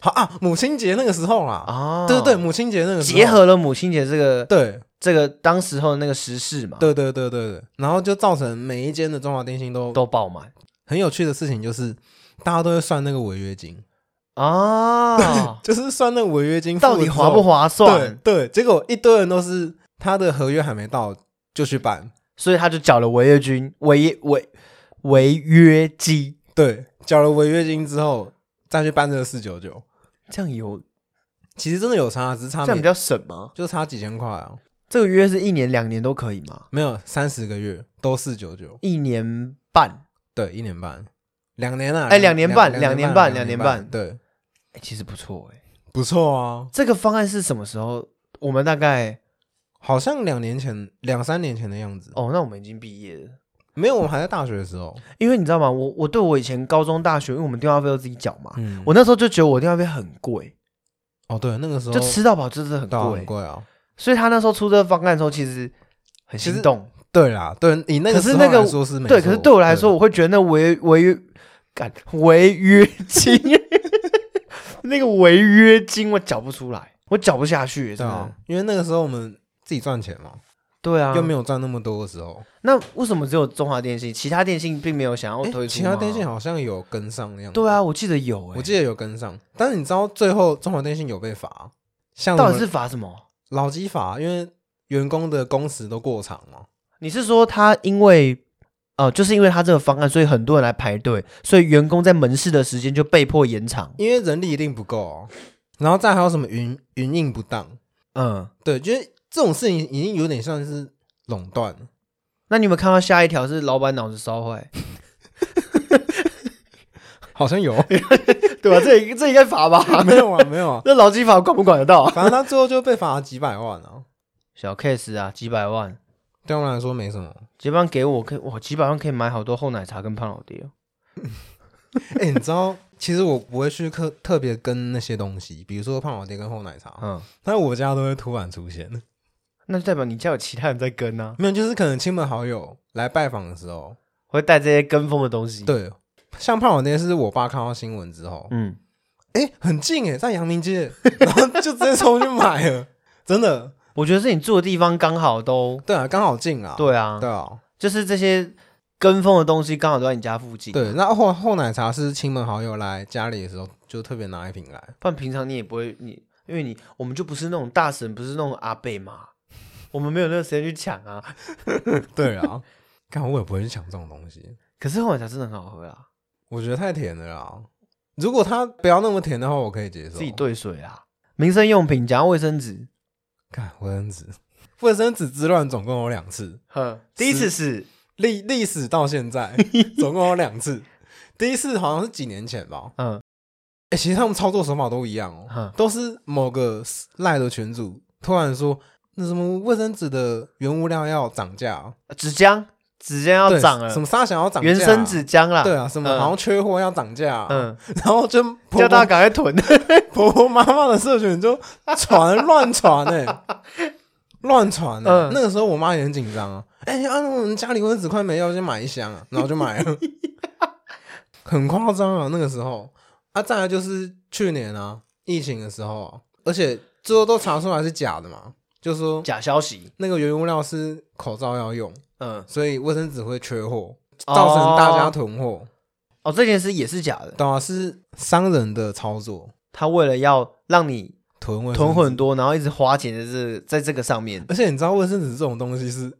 好啊，母亲节那个时候啦，
哦啊，
对对对，，母亲节那个时候
结合了母亲节这个
对
这个当时候的那个时事嘛，
对对对对对，然后就造成每一间的中华电信都
都爆满
很有趣的事情就是，大家都会算那个违约金，，
啊
就是算那个违约金
*laughs* 到底划不
划
划算？
对对，结果一堆人都是他的合约还没到就去办，
所以他就缴了违约金，违违违约金，
对，缴了违约金之后再去办这个四九九，
这样有
其实真的有差，只是差
这样比
没
较省吗？
就差几千块啊，
这个约是一年两年都可以吗？
没有三十个月都四九九，
一年半，
对，一年半，两年啊，
哎两年半
两
两年半
半，
两年半
对，
哎、其实不错哎、
不错啊，
这个方案是什么时候？我们大概
好像两年前、两三年前的样子。哦，
哦，那我们已经毕业了，
没有，我们还在大学的时
*clears throat*
候。
因为你知道吗？我我对我以前高中、大学，因为我们电话费都自己缴嘛，
嗯
我那时候就觉得我电话费很贵，
哦，对，那个时候
就吃欸到饱真的很
对啊
贵，
很贵啊。
所以他那时候出这个方案的时候，其实很
其实
心动。
对啦，对你那
可
个
是
时候
那个
来说是没
对，
错
可是对我来说，，我会觉得那违违约干违约金， *laughs* 那个违约金我缴不出来，我缴不下去，
对
真
啊
的。，
因为那个时候我们自己赚钱嘛，
对啊，
又没有赚那么多的时候。
那为什么只有中华电信，其他电信并没有想要哦推
哎，
出？
其他电信，好像有跟上那样。
对，啊，我记得有、欸，
我记得有跟上，但是你知道最后中华电信有被罚，像
到底
我
是
们
罚什么？
劳基法，因为员工的工时都过长嘛。
你是说他因为呃，就是因为他这个方案，所以很多人来排队，所以员工在门市的时间就被迫延长？
因为人力一定不够、哦，然后再还有什么云云印不当，
嗯，
对，就是这种事情已经有点像是垄断了。 *laughs*
那你有没有看到下一条是老板脑子烧坏？ *laughs*
好像有，
对吧、这这应该罚吧？
欸 *laughs* 没有啊，没有啊，
那劳基法管不管得到？啊
反正他最后就被罚了几百万啊，
小 case 啊，几百万，
对我们来说没什么。
几百万给我可以哇，几百万可以买好多厚奶茶跟胖老爹哦。
哎、你知道，其实我不会去特特别跟那些东西，比如说胖老爹跟厚奶茶，
嗯，
但是我家都会突然出现。
那就代表你家有其他人在跟啊，
没有，就是可能亲朋好友来拜访的时候，
会带这些跟风的东西。，
对，像胖老爹是我爸看到新闻之后，
嗯，
哎、很近哎、在阳明街， *laughs* 然后就直接冲去买了， *laughs* 真的，
我觉得是你住的地方刚好都
对啊，刚好近啊，
对啊，
对啊，
就是这些跟风的东西刚好都在你家附近。，
对。啊那后后奶茶是亲朋好友来家里的时候，就特别拿一瓶来，
不然平常你也不会你，因为你我们就不是那种大神，不是那种阿贝嘛， *laughs* 我们没有那个时间去抢啊。
对 *laughs* 啊，看我也不会去抢这种东西，
可是后奶茶真的很好喝啊，
我觉得太甜了啦。如果它不要那么甜的话，我可以接受。
自己兑水啊，民生用品加卫生纸。
看卫生纸， *laughs* 卫生纸之乱总共有两次，
哼，第一次是
历历史到现
*laughs*
在总共有两次。第一次好像是几年前吧，
嗯
哎、其实他们操作手法都一样哦，
哼
都是某个赖的群主突然说，那什么卫生纸的原物料要涨价哦，
纸浆，纸浆要
对
涨
什
了，
么沙想要涨价，
原生纸浆啦。
对啊，什么
嗯
好像缺货要涨价，啊
嗯，
然后就婆
叫大家
婆
赶快囤。
婆婆妈妈的社群就传乱传
*laughs*
哎，乱传欸
嗯
那个时候我妈也很紧张啊，哎、啊，我们家里卫生纸快没要，先买一箱啊，然后就买
*laughs*
了，很夸张啊那个时候。啊，再来就是去年啊，疫情的时候啊，而且最后都查出来是假的嘛，就说
假消息，
那个原物料是口罩要用，
嗯，
所以卫生纸会缺货， *laughs* 造成大家
哦
囤货，
哦，这件事也是假的。
当然、是商人的操作，
他为了要让你
囤卫生
囤
纸
很多，然后一直花钱在这在这个上面。
而且你知道卫生纸这种东西是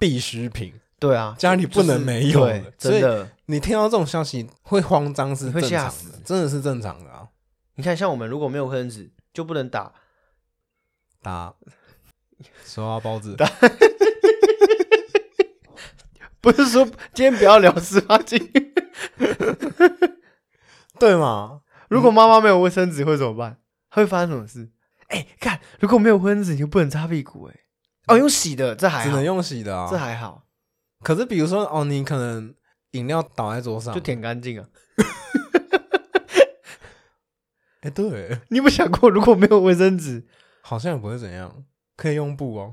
必需品，
对啊，
家里不能没有的
对，
所
真
以
的。
你听到这种消息会慌张是
你
正
会吓
常
死
的，真的是正常的啊。
你看，像我们如果没有卫生纸，就不能打。
打手抓包子，
不是说今天不要聊十八禁，
嗯对嘛？
如果妈妈没有卫生纸会怎么办？她会发生什么事？哎、看，如果没有卫生纸，你就不能擦屁股、哎，哦，用洗的，这还
只
好
能，用洗的
这
啊。
还好，
可是比如说哦，你可能饮料倒在桌上，
就舔干净啊。
哎，对，
你有没有想过，如果没有卫生纸，
好像也不会怎样，可以用布哦。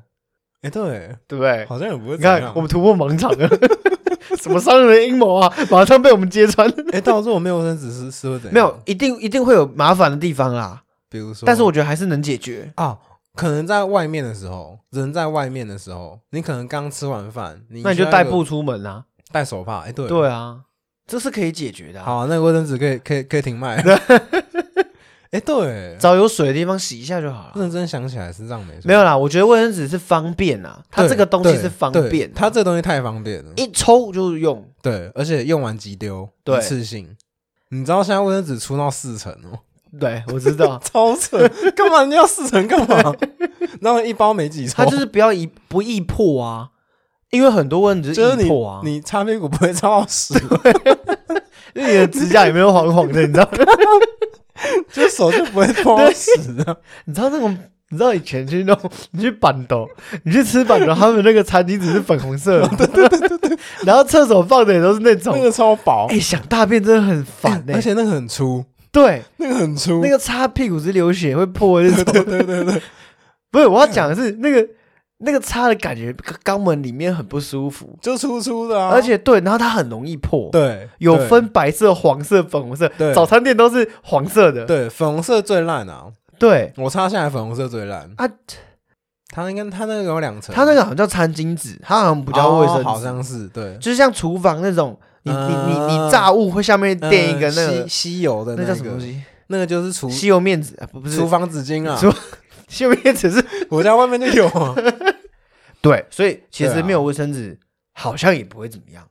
哎，对，
对不对？
好像也不会
你
怎
看
样，
我。们突破盲场了， *laughs* 什么商人的阴谋啊，马上被我们揭穿。
哎，到时候我没有卫生纸是是会怎样？
没有，，一定一定会有麻烦的地方啦，
比如说，
但是我觉得还是能解决。
啊，可能在外面的时候，人在外面的时候，你可能刚吃完饭，你
那你
需
就
要
带
一个
布出门啊，
带手帕，哎、对
对啊，这是可以解决的、啊。
好、那个卫生纸可以可以可以停卖， *laughs* 哎、对，
找有水的地方洗一下就好了。
认真想起来是这样没错，
没有啦，我觉得卫生纸是方便啊，它
对
这个东西
对
是方
对
便啊，
它这东西太方便了，
一抽就用。
对，而且用完即丢，
对
一次性。你知道现在卫生纸出到四层
*laughs*
哦，，
对，我知道
*laughs* 超扯！干嘛你要四层干
*laughs*
嘛？然后一包没几抽，
它就是不要一不易破啊，因为很多卫生纸
就是
易
你
破啊，
你擦屁股不会擦到
*laughs*
屎，
因为你的指甲里面都黄黄
*laughs*
的，你知道吗？
就是手就不会碰到屎啊。
你知道那种，你知道以前去那种，你去板斗，你去吃板斗，他们那个餐巾纸是粉红色的，
*laughs*
对对对对， *laughs* 然后厕所放的也都是那种
那，个超薄，
哎、想大便真的很烦哎、
而且那个很粗，
对，
那个很粗，
那个擦屁股是流血会破的那种，
对对对对，
不是我要讲的是那个那个擦的感觉，肛肛门里面很不舒服，
就粗粗的啊，
而且对，然后它很容易破，
对
有
对
分白色、黄色、粉红色
对，
早餐店都是黄色的，
对粉红色最烂啊，
对
我擦下来粉红色最烂，
啊，
它应该它那个有两层，
它那个好像叫餐巾纸，它好像不叫卫生
哦
纸，
好像是对，
就是像厨房那种，你你你
嗯
你炸物会下面垫一个那
呃
个
吸，吸油的
那
个
叫什么东？西？
那个就是厨
吸油面纸啊，不不是
厨房纸巾啊，
厨吸油面纸是
*laughs*
*laughs*
我家外面就有啊，
对，所以其
对
实
啊
没有卫生纸好像也不会怎么样，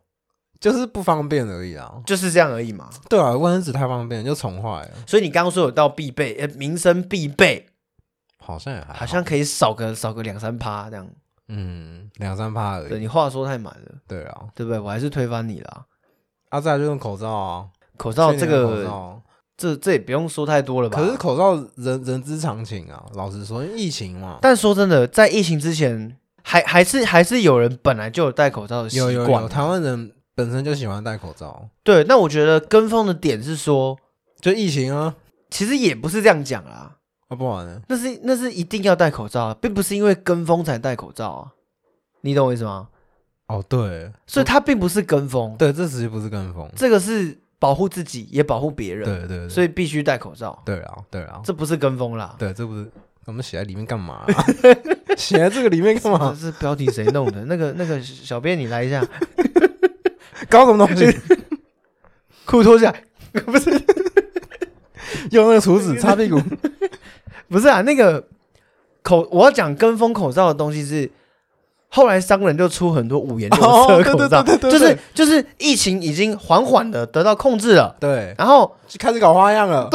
就是不方便而已啊。
就是这样而已嘛。
对啊，卫生纸太方便就宠坏了，
所以你刚刚说有到必备，呃，民生必备，
好像也还
好像可以少个少个两三趴这样。
嗯两三趴而
对
已。
你话说太满了，
对啊，
对不对？我还是推翻你啦。
啊再来就用口罩啊，
口罩
去
哦这
年的口
个，
罩啊
这这也不用说太多了吧？
可是，口罩人人之常情啊，老实说，因为疫情嘛，
但说真的，在疫情之前，还还是还是有人本来就有戴口罩的习
有有
惯
有，台湾人本身就喜欢戴口罩，
对，那我觉得跟风的点是说，
就疫情啊，
其实也不是这样讲啦，
啊不玩了，
那是那是一定要戴口罩啊，并不是因为跟风才戴口罩啊，你懂我意思吗？
哦对
所以它并不是跟风，
对，这其实不是跟风，
这个是保护自己也保护别人，
对对对，
所
以
以必须戴口罩，
对啊对啊，
这不是跟
*laughs*
风啦，
对这不是我们写在里面干嘛、 *laughs* 啊？写在这个里面干
这
嘛？
是标题谁弄的？那 *laughs* 个那个小编你来
*laughs*
一下，
搞什么东西？
裤脱下来，不是
用那个厨 *laughs* 子擦屁股？
不是啊，那个口我要讲跟风口罩的东西是，后来商人就出很多五颜六色
哦
的口罩，
对对对对对
就是就是疫情已经缓缓的得到控制了，
对，
然
*laughs*
后
就开始搞花样了。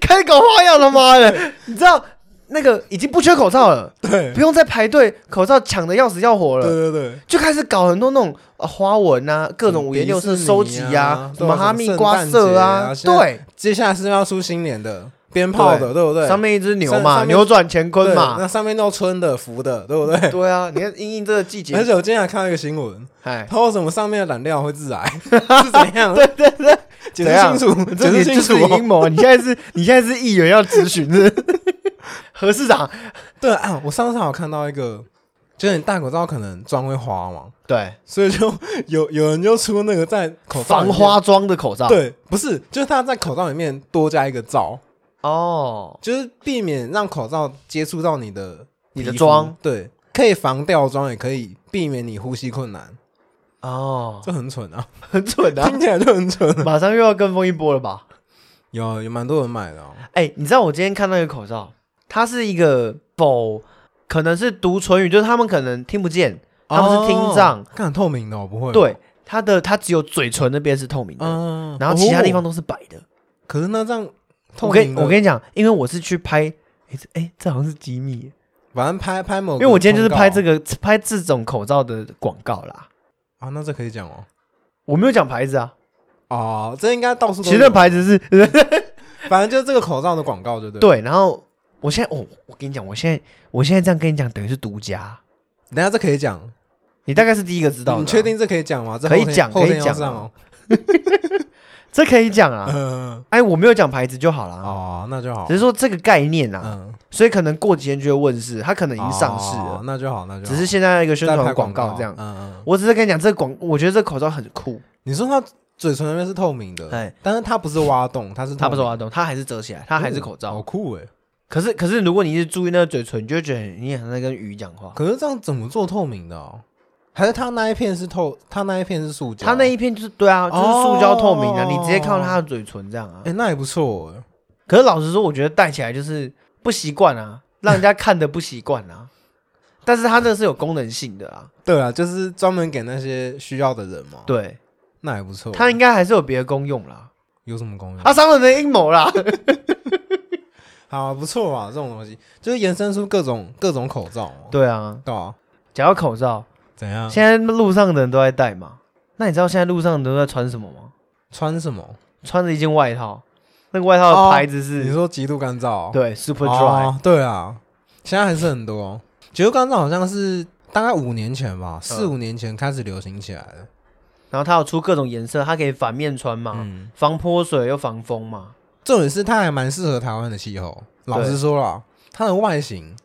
开始搞花样了，妈的， *laughs* 你知道那个已经不缺口罩了，
对
不用再排队，口罩抢的要死要活了。
对对对，
就开始搞很多那种、呃花纹啊，各种五颜六色
迪士尼啊
收集啊，什
对啊
么哈密瓜色
什么圣诞节啊
对，
接下来是要出新年的鞭炮的，对不对？
上面一只牛
上
嘛，
上面
扭转乾坤
对
*laughs* 嘛，
那上面都春的、福的，对不对？
对啊，你看因应这个季
*laughs* 而
节，
且我今天还看到一个新闻， *laughs*
哎，
他为什么上面的染料会
*laughs*
致癌？是怎样？对对对，解
怎样
释清楚，解
这你
释
就
清
是
楚哦。
阴谋，你现在是，你现在是议员要咨询是不
*laughs*
是何市长？
对啊，我上次好看到一个，就是你戴口罩可能妆会花嘛，
对，
所以就有有人就出那个在口罩里
防
面。
花妆的口罩。，
对，不是，就是他在口罩里面多加一个罩，
哦，
就是避免让口罩接触到你的
你的
皮肤
妆，
对，可以防掉妆，也可以避免你呼吸困难，
哦，
这很蠢啊，
很蠢啊
听！起来就很蠢。
*laughs* 马上又要跟风一波了吧？
有有蛮多人买的、哦，
哎，你知道我今天看到一个口罩，它是一个否，可能是读唇语，就是他们可能听不见，他们是听障
哦，看很透明的、哦，不会。，
对，它的它只有嘴唇那边是透明的，
嗯，
然后其他地方
哦
都是白的。
可是那这样哦透
我跟
明
我
的，
跟你讲，因为我是去拍，哎这哎，这好像是机密耶。
反正拍拍某，
因为我今天就是拍这
个
个拍这种口罩的广告啦，
啊，那这可以讲哦。
我没有讲牌子啊，
哦，这应该到处都
其实那
有
牌子是
反正就是这个口罩的广告，对不对？。
对，然后我现在哦，我跟你讲，我现在我现在这样跟你讲，等于是独家，
等一下这可以讲，
你大概是第一个知道的啊，
你确定这可以讲吗？这
可以
后天
讲
后
可
天
以
要
讲
上哦。
这可以讲啊？ *laughs*
嗯，
哎，我没有讲牌子就好了，啊
哦，那就好
只。是说这个概念啊，
嗯，
所以可能过几天就会问世，它可能已经上市
哦
了，
那就好，那就好。
只是现在一个宣
在拍
传
广
告这样。
嗯嗯，
我只是跟你讲，这个广，我觉得这个口罩很酷，
你说它嘴唇那边是透明的，
哎，
但是它不是挖洞，它是
它不是
透明
挖洞，它还是折起来，它还是口
的好
罩。
酷哎！
可是可是，如果你一直注意那个嘴唇，你就会觉得你很像在跟鱼讲话。
可是这样怎么做透明的哦？还是它那一片是透，它那一片是塑胶？
它那一片就是对啊，就是塑胶透明的，
哦
你直接看到它的嘴唇这样啊
哎，。那也不错哎。
可是老实说，我觉得戴起来就是不习惯啊，让人家看的不习惯
*laughs*
啊。但是它这个是有功能性的啊，
对啊，就是专门给那些需要的人嘛。，
对，
那也不错。啊
它应该还是有别的功用啦。
有什么功用？
它商人的阴谋啦，
好啊，不错啊，这种东西就是延伸出各种各种口嗯罩嘛。
对啊。
对啊，
讲到口罩，
怎样？
现在路上的人都在戴嘛。那你知道现在路上的人都在穿什么吗？
穿什么？
穿着一件外套，那个外套的
哦
牌子
你
是，
说极度干燥？
对，Super Dry，
哦。对啊，现在还是很多。极度干燥好像是大概五年前
嗯
吧，四五年前开始流行起来的。
然后它有出各种颜色，它可以反面穿嘛，
嗯，
防泼水又防风嘛。
重点是它还蛮适合台湾的气候。老实说啦，它的外形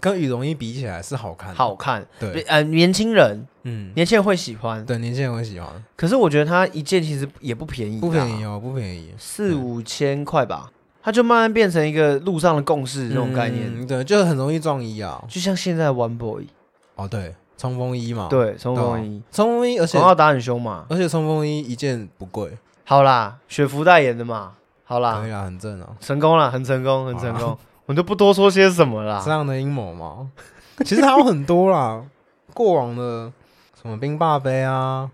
跟羽绒衣比起来是好看的。，
好看，
嗯对，
呃，年轻人，
嗯，
年轻人会喜欢。
对，年轻人会喜欢，
可是我觉得它一件其实也不便宜，啊
不便宜，哦，不便宜。
四
嗯
五千块吧。它就慢慢变成一个路上的共识这种概念，
嗯对，就很容易撞衣啊。
就像现在的 One Boy，
哦，对，冲锋衣嘛，，
对，冲锋衣，
冲锋哦啊衣，而且
广告打很凶嘛。
而且冲锋衣一件不贵，
好啦，雪芙代言的嘛，好
可
啦
以，啦，很正啊。
成功啦，很啊成功，很成功，我就不多说些什么啦
这。样的阴谋嘛， *laughs* 其实还有很多啦，过往的什么冰霸杯啊，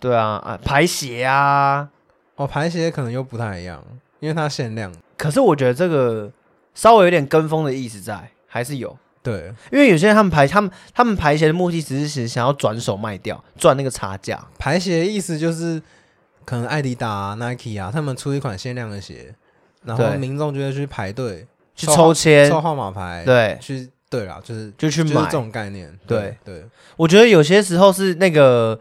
对啊，啊，排鞋啊，
哦，排鞋可能又不太一样，因为它限量。
可是我觉得这个稍微有点跟风的意思在，还是有。
对，
因为有些人他们排他们他们排鞋的目的只是想想要转手卖掉，赚那个差价。
排鞋的意思就是可能艾迪达、啊、Nike 啊，他们出一款限量的鞋，然后
对
民众就会去排队
去
抽
抽签，
抽号码牌，
对，
去对啦，就是
就去
就是
买
这。种概念。对对，
我觉得有些时候是那个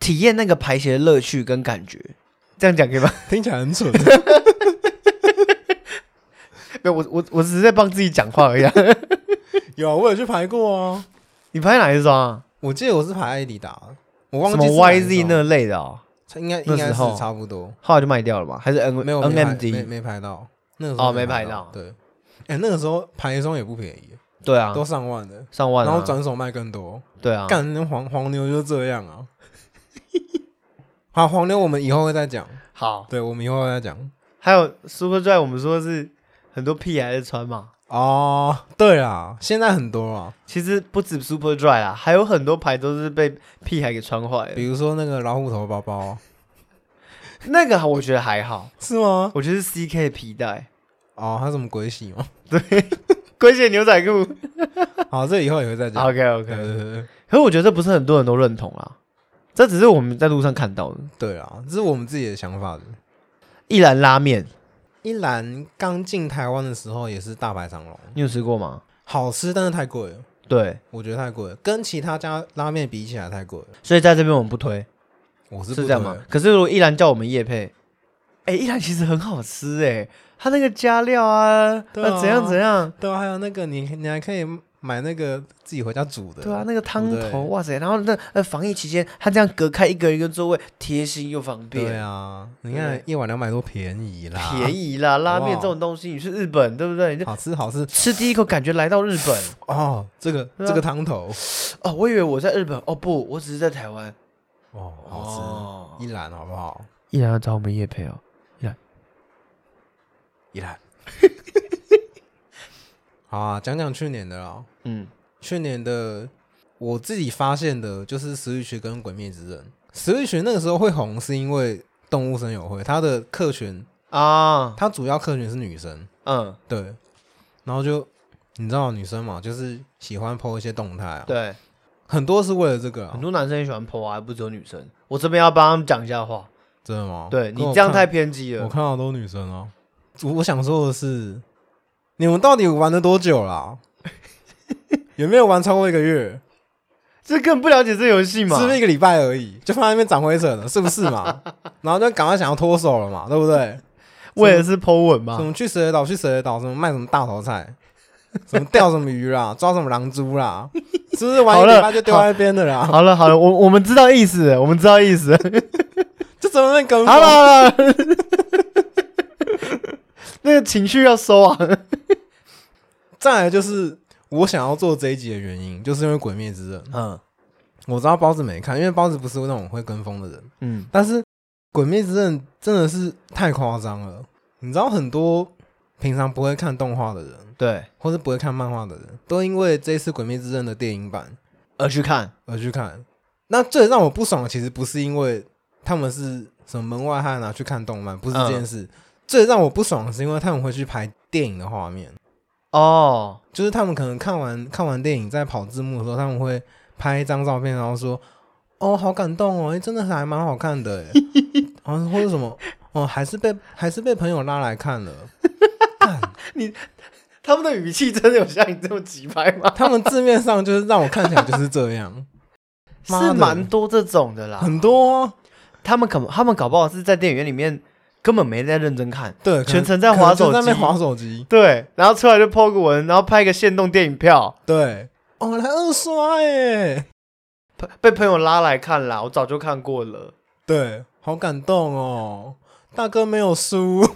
体验那个排鞋的乐趣跟感觉。这样讲可以吗？
听起来很 *laughs* 蠢。
*laughs* 没有，我我我只是在帮自己讲话而已、啊。
有啊，我有去排过啊，
*laughs* 你拍哪一双啊？
我记得我是排艾迪达的，我忘
什
记
么
是哪一双
YZ 那类的哦，
应该
那
应该
时
是
候
差不多，
后来就卖掉了嘛？还是 N
没有没排没
NMD？
没排到，那个时候
哦没
排
排到
对，哎、那个时候排一双也不便宜，
对啊，
都上万的，
上万、啊，
然后转手卖更多，
对啊，
干那黄黄牛就是这样啊。 *laughs* 好，黄牛我们以后会再讲，
好。
对，我们以后会再讲。
还有 Super Dry，我们说是很多屁孩在穿嘛，
哦，对啦，现在很多啊，
其实不止 Super Dry 啦，还有很多牌都是被屁孩给穿坏
比
了。
如说那个老虎头包包啊，
那个我觉得还好，
是吗？
我觉 *laughs* 得是 CK 皮带、
哦，还有什么鬼洗吗？ *laughs*
龟鞋牛仔裤。
好，这以后也会再讲。
OK
对
OK，
对对对
可是我觉得这不是很多人都认同啦，这只是我们在路上看到的。
对啊，这是我们自己的想法的。
一兰拉面，
一兰刚进台湾的时候也是大排长龙，
你有吃过吗？
好吃，但是太贵了，
对，
我觉得太贵了，跟其他家拉面比起来太贵了。
所以在这边我们不推，
我是
是
不
这样
推
吗？可是如果一兰叫我们夜配，哎、一兰其实很好吃哎、它那个加料啊，
对啊
那、怎样怎样，
对啊，还有那个你你还可以买那个自己回家煮的。
对啊，，那个汤
对
头，哇塞！然后那呃，防疫期间，它这样隔开一个一个座位，贴心又方
对
便，
啊，你看一碗两百多便宜啦，
便宜啦。拉
好不
面
好
这种东西，你去日本对不对？你
*laughs*
就
好吃好吃
吃第一口，感觉来到日 *laughs* 本
哦。这个
对啊
这个汤头
哦，我以为我在日本，哦不，我只是在台湾。
哦，好
哦
吃，一兰好不好？
依然要找我们叶配哦。
一兰， *laughs* 好啊，讲讲去年的啦。
嗯，
去年的我自己发现的就是《食欲学》跟《鬼灭之刃》。《食欲学》那个时候会红，是因为动物森友会，它的客群，
啊，
它主要客群是女生，
嗯，
对。然后就你知道女生嘛，就是喜欢 PO 一些动态啊，，
对，
很多是为了这个、
很
啊，
多男生也喜欢 PO 啊，不只有女生。我这边要帮他们讲一下话，
真的吗？
对你
跟我
这样
看
太偏激
我
了。
看到都女生哦、我我想说的是，你们到底玩了多久 *laughs* 啦？有没有玩超过一个月？
这更不了解这游戏嘛？
是不是一个礼拜而已，就放在那边长灰尘了，是不是 *laughs* 嘛？然后就赶快想要脱手了嘛，对不对？
为了是 PO 文
什
嘛？
么去蛇岛，去蛇岛，什么卖什么大头菜，什么钓什么鱼 *laughs* 啦，抓什么狼蛛啦，是不是玩一
好
个
了
礼拜就丢在那边的啦？
好了好了，我我们知道意思了，我们知道意 *laughs* 思了。
就怎么能跟
好
风
了好了， *laughs* 那个情绪要收啊。
再来就是我想要做这一集的原因，就是因为《鬼灭之刃》，
嗯
我知道包子没看，因为包子不是那种会跟风的人。
*laughs* 嗯，
但是《鬼灭之刃》真的是太夸张了，你知道很多平常不会看动画的人，
对，
或是不会看漫画的人，都因为这次《鬼灭之刃》的电影版
而去看
而去看。那最让我不爽的，其实不是因为他们是什么门外汉啊去看动漫，不是这件事。最让我不爽的是，因为他们会去拍电影的画面，
哦，
就是他们可能看完看完电影，在跑字幕的时候，他们会拍一张照片，然后说：“哦，好感动哦，诶真的还蛮好看的。诶” *laughs* 然后或者什么，哦，还是被还是被朋友拉来看了。 *laughs*
他们的语气真的有像你这么急拍吗？
他们字面上就是让我看起来就是这
*laughs*
样，妈的
是蛮多这种的啦。
很多、哦。
他们可他们搞不好是在电影院里面根本没在认真看，
对，可能
全程在滑手
可能就在那边
机
滑手机。
对，然后出来就 PO 个文，然后拍个限动电影票，
对，哦，来二刷耶！
被被朋友拉来看啦。我早就看过了。
对，好感动哦，大哥没有输。 *laughs*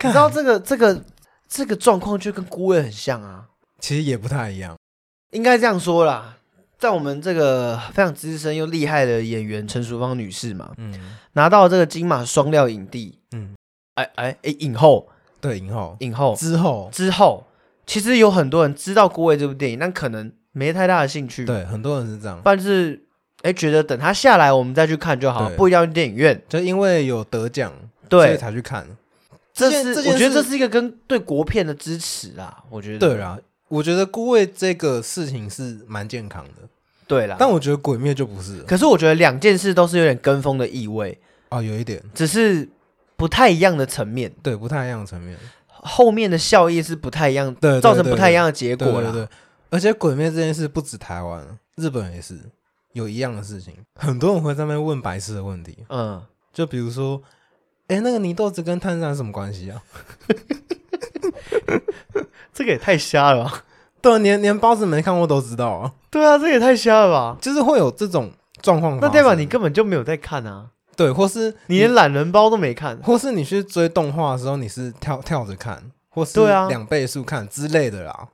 你知道这个这个这个状况就跟孤味很像啊。
其实也不太一样，
应该这样说啦，在我们这个非常资深又厉害的演员陈淑芳女士嘛，
嗯
拿到这个金马双料影帝，
嗯，
哎哎哎，影后
对，影后
影后
之后，
之后，其实有很多人知道《孤味》这部电影，但可能没太大的兴趣，，
对，很多人是这样，
但是哎觉得等她下来我们再去看就好，
对
不一定要去电影院。
就因为有得奖，所以
对，
才去看。
这
件
是
这件
我觉得
事
这是一个跟对国片的支持啦，我觉得
对啦，我觉得孤味这个事情是蛮健康的，
对啦，
但我觉得鬼灭就不是
可是我觉得两件事都是有点跟风的意味，
哦，有一点
只是不太一样的层面。
对不太一样的层面，
后面的效益是不太一样，
对，对
造成不太一
对
样的结
对
果
对
了。
对，而且鬼灭这件事不止台湾，日本也是，有一样的事情，很多人会在那边问白痴的问题，
嗯，
就比如说，哎、那个泥豆子跟碳酸有什么关系啊？
这个也太瞎了吧？ *laughs*
对啊，连连包子没看过都知道啊，
对啊，这个也太瞎了吧？
就是会有这种状况发
那
生。
代表你根本就没有在看啊，
对，或是
你连懒人包都没看。
或是你去追动画的时候，你是跳跳着看，或是
对啊
两倍速看之类的啦。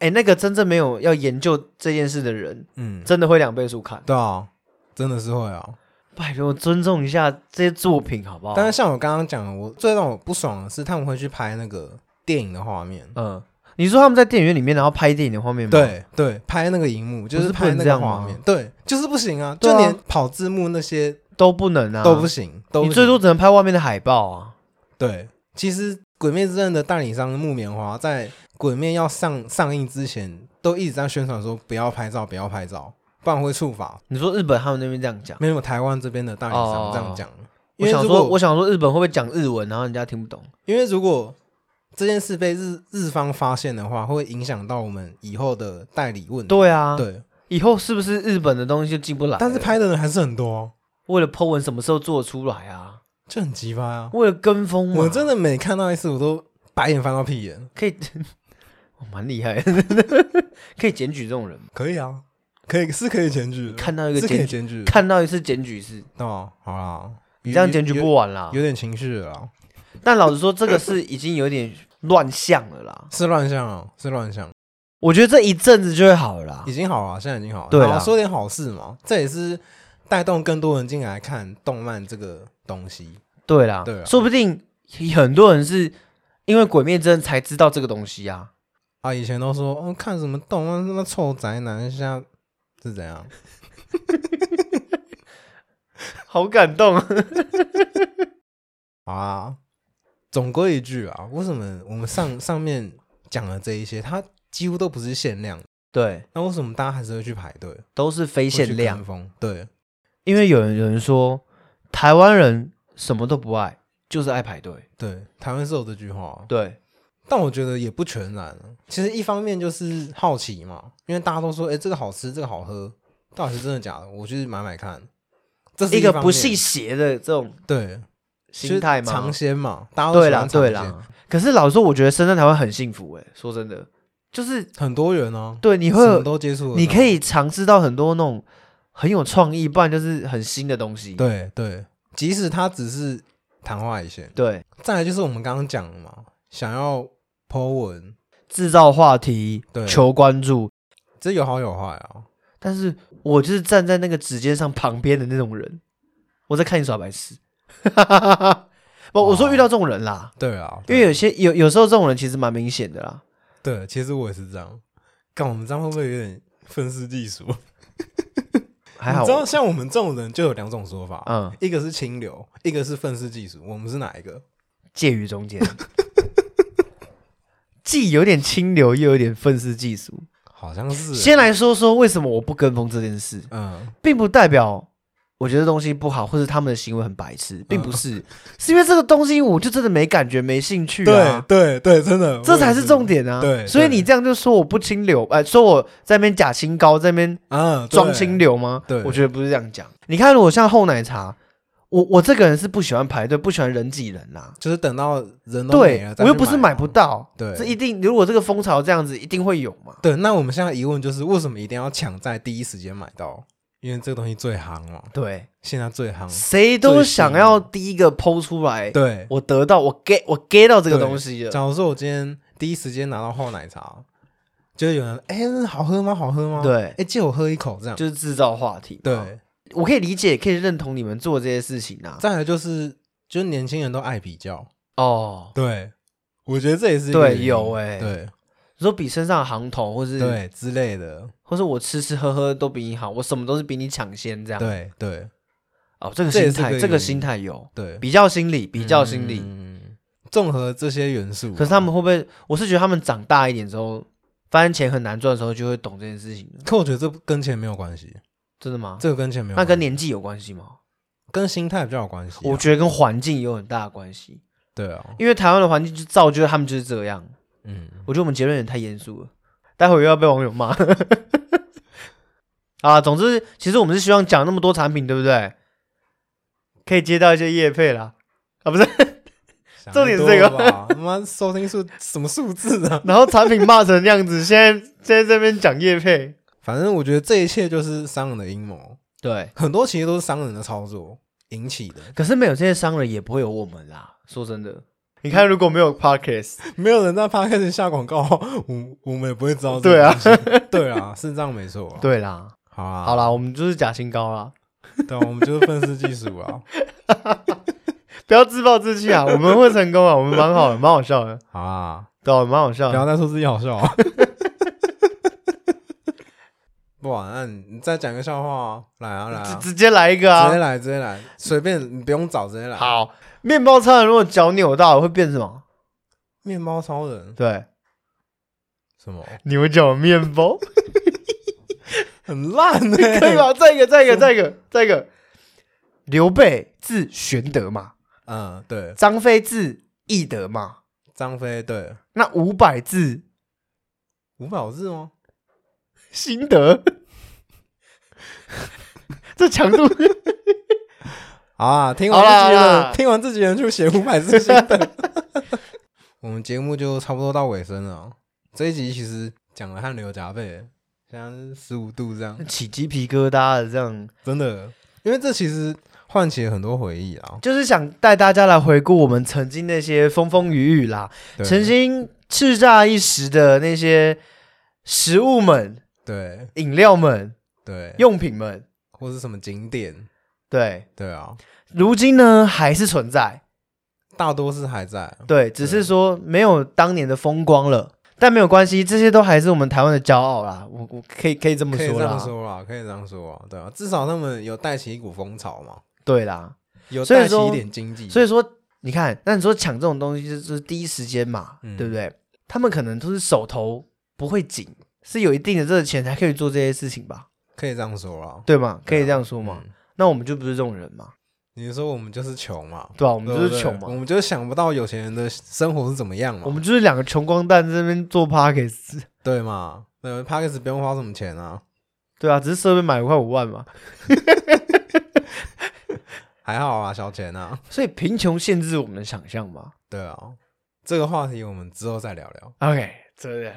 哎，那个真正没有要研究这件事的人，
嗯，
真的会两倍速看。
对啊，真的是会啊。
拜托，尊重一下这些作品好不好？
但是像我刚刚讲的，我最让我不爽的是他们会去拍那个电影的画面。
嗯，你说他们在电影院里面，然后拍电影的画面吗？，
对对，拍那个荧幕就是
不是不
拍
能
那
这
个
样
画
吗
面，对，就是不行啊，
对
就
啊
连跑字幕那些
都不能啊，
都不行，都
你
不
最
行
多只能拍外面的海报啊。
对。其实《鬼灭之刃》的代理商木棉花在《鬼灭》要上上映之前，都一直在宣传说不要拍照，不要拍照，不然会触法。
你说日本他们那边这样讲，
没有台湾这边的代理商
哦
这样讲，因
我
为
想
如
说，
果
我想说日本会不会讲日文，然后人家听不懂？
因为如果这件事被日日方发现的话，会影响到我们以后的代理问题。
对啊，，
对，
以后是不是日本的东西就进不来了？
但是拍的人还是很多哦，
为了 Po 文什么时候做得出来啊？
就很奇葩啊！
为了跟风嘛，
我真的每看到一次，我都白眼翻到屁眼。
可以， *laughs* 我蛮厉害 *laughs* 的，可以检举这种人。
可以啊，可以是可以检举的，
看到一个
是可以
检举，
检举的。
看到一次检举一次，
哦，好啦，
你这样检举不啊完啦
有？有点情绪了啦，
但老实说，这个是已经有点乱象了啦。
是乱象啊，是乱象，
我觉得这一阵子就会好了啦
已。经好了，啊现在已经好了。
对
好
啦
说点好事嘛，这也是带动更多人进来看动漫这个东西。
对啦，
对啊
说不定很多人是因为《鬼灭之刃》才知道这个东西啊。
啊，以前都说哦，看什么动漫，他妈臭宅男，现在是怎样？
好感动啊！
好啊，总归一句啊，为什么我们上 *laughs* 上面讲的这一些，它几乎都不是限量，
对，
那为什么大家还是会去排队？
都是非
一
限量，
风，对，
因为有人有人说台湾人什么都不爱，就是爱排队。
对，台湾是有这句话啊，
对，
但我觉得也不全然啊。其实一方面就是好奇嘛，因为大家都说，哎、这个好吃，这个好喝，到底是真的假的？我去买买看。这是
一个
方
不
面
信邪的这种
对
心态
就是尝
吗？
鲜嘛，大家都
对
喜
啦，
欢尝
对
鲜，啊
啦。可是老实说，我觉得生在台湾很幸福诶、欸说真的，就是
很多元哦、
对你
你
会
什么
有，
都啊接触得到，
你可以尝试到很多那种很有创意，不然就是很新的东西。
对对，即使它只是昙花一现。
对，
再来就是我们刚刚讲的嘛，想要 Po 文，
制造话题
对，
求关注，
这有好有坏啊。
但是我就是站在那个指尖上旁边的那种人，我在看你耍白痴。不，我说遇到这种人啦，
对啊，
因
哦对
为有些有有时候这种人其实蛮明显的啦。
对，其实我也是这样。干，我们这样会不会有点愤世嫉俗？
还好
你知道
我，
像我们这种人就有两种说法，
嗯，
一个是清流，一个是愤世嫉俗。我们是哪一个？
介于中间，既有点清流，又有点愤世嫉俗。
好像是啊
先，来说说为什么我不跟风这件事，
嗯，
并不代表我觉得东西不好，或者他们的行为很白痴，并不
*laughs*
是，是因为这个东西我就真的没感觉、没兴趣啊
对。对对，真的，
这才是重
点
点啊！
对
所以
对
你这样就说我不清流，哎、说我在那边假清高，在那边
啊，对
装清流吗？
对
我觉得不是这样讲。你看，如果像厚奶茶，我我这个人是不喜欢排队，不喜欢人挤人啦、
就是等到人都没啊
对
了，再去
我又不是买不
嘛。
到，
对嗯
这一定如果这个风潮这样子，一定会有嘛。
对，那我们现在疑问就是，为什么一定要抢在第一时间买到？因为这个东西最夯嘛，
对，
现在最夯。
谁都想要第一个剖出来，
对，
我得到我 get 我 get 到这个
对
东西了。
假如说我今天第一时间拿到厚奶茶，就是有人哎、好喝吗？好喝吗？，
对
哎、，借我喝一口这样。
就是制造话题。，
对，
我可以理解，也可以认同你们做这些事情啊。
再来就是，就是年轻人都爱比较。
哦，
对，我觉得这也是一个
对
原因
有欸
对
你说比身上的行头，或是
对之类的，
或是我吃吃喝喝都比你好，我什么都是比你抢先这样。，
对对
哦，这个
这也
心
是个
态，
原
这个
因
心态有
对，
比较心理，比较心理。
嗯综合这些元素啊，
可是他们会不会？我是觉得他们长大一点之后，发现钱很难赚的时候，就会懂这件事情了。
可我觉得这跟钱没有关系，
真的吗？
这个跟钱没有
那
关系，
跟年纪有关系吗？
跟心态比较有关系啊、
我觉得跟环境也有很大的关系，
对啊，
因为台湾的环境就造就他们就是这样。
嗯，
我觉得我们结论也太严肃了，待会儿又要被网友骂。 *laughs* 啊，总之，其实我们是希望讲那么多产品，对不对？可以接到一些业配啦，啊，不是，重点是这
想
个
得多了吧，他妈收听数什么数字啊？
然后产品骂成那样子， *laughs* 现在现在这边讲业配，
反正我觉得这一切就是商人的阴谋，
对，
很多其实都是商人的操作引起的，
可是没有这些商人也不会有我们啦。说真
嗯
的，你看如果没
*laughs*
有 Podcast，
没有人在 p 开始下广告， *laughs* 我我们也不会知道。
对啊，
对啊，是这样没错啊。
对啦，
好啊，
好，啦，我们就是假清高啦，
对啊，我们就是愤世嫉俗啊。 *laughs*
不要自暴自弃啊，我们会成功啊，我们蛮好的，蛮好笑的，
好啊，
对啊、蛮好笑
不
的。
要再说自己好笑 *laughs* 啊。不然、那你再讲个笑话、啊，来啊来啊，
直直接来一个
直接
啊！
来直接来，随便你不用找，直接来。，
好，面包超人如果脚扭到会变什么？
面包超人
对，
什么
牛角面包。 *laughs*
很烂的、 *laughs*
可以？ *laughs* 吧？再一个，再一个，再一个，再一个。刘备字玄德嘛，
嗯，对，
张飞字翼德嘛，
张飞对
那五百字
五百字吗？
心得， *laughs* 这强度
好啊，听
好啦
完自己
好啦
人，听完自己人去写五百字心得。 *laughs* 我们节目就差不多到尾声了哦，这一集其实讲了汗流浃背，现在十五度这样，
*laughs* 起鸡皮疙瘩的，这样
真的，因为这其实唤起了很多回忆啊。
就是想带大家来回顾我们曾经那些风风雨雨啦，
对
曾经叱咤一时的那些食物们、
对
饮料们、
对，
用品们，
或是什么景点，
对，
对啊，
如今呢还是存在。
大多是还在。
嗯对，只是
对
说没有当年的风光了，但没有关系，这些都还是我们台湾的骄傲啦。我我可以可以这么
可以
说
这
啦，
样说啦，可以这样说啊，对啊，至少他们有带起一股风潮嘛，
对啦。
有
所以
带起
说
一点经济，
所以说，你看，那你说抢这种东西就是就是第一时间嘛，
嗯
对不对？他们可能都是手头不会紧，是有一定的这个钱才可以做这些事情吧，
可以这样说啦，
对吗？可以
对啊
这样说嘛？
嗯
那我们就不是这种人嘛，
你说我们就是穷嘛，
对吧？我们就
对不对
是穷嘛，
我们就是想不到有钱人的生活是怎么样嘛，
我们就是两个穷光蛋在那边做 p a r k e s
对嘛？那 p a c k a g e 不用花什么钱啊，
对啊，只是设备买了快五万嘛，
还好啊，小钱啊，
所以贫穷限制我们的想象嘛。
对啊，这个话题我们之后再聊聊
OK，真的。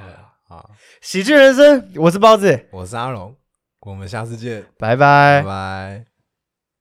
啊。
喜剧人生，我是包子，
我是阿龙，我们下次见，
拜
拜
拜。
拜。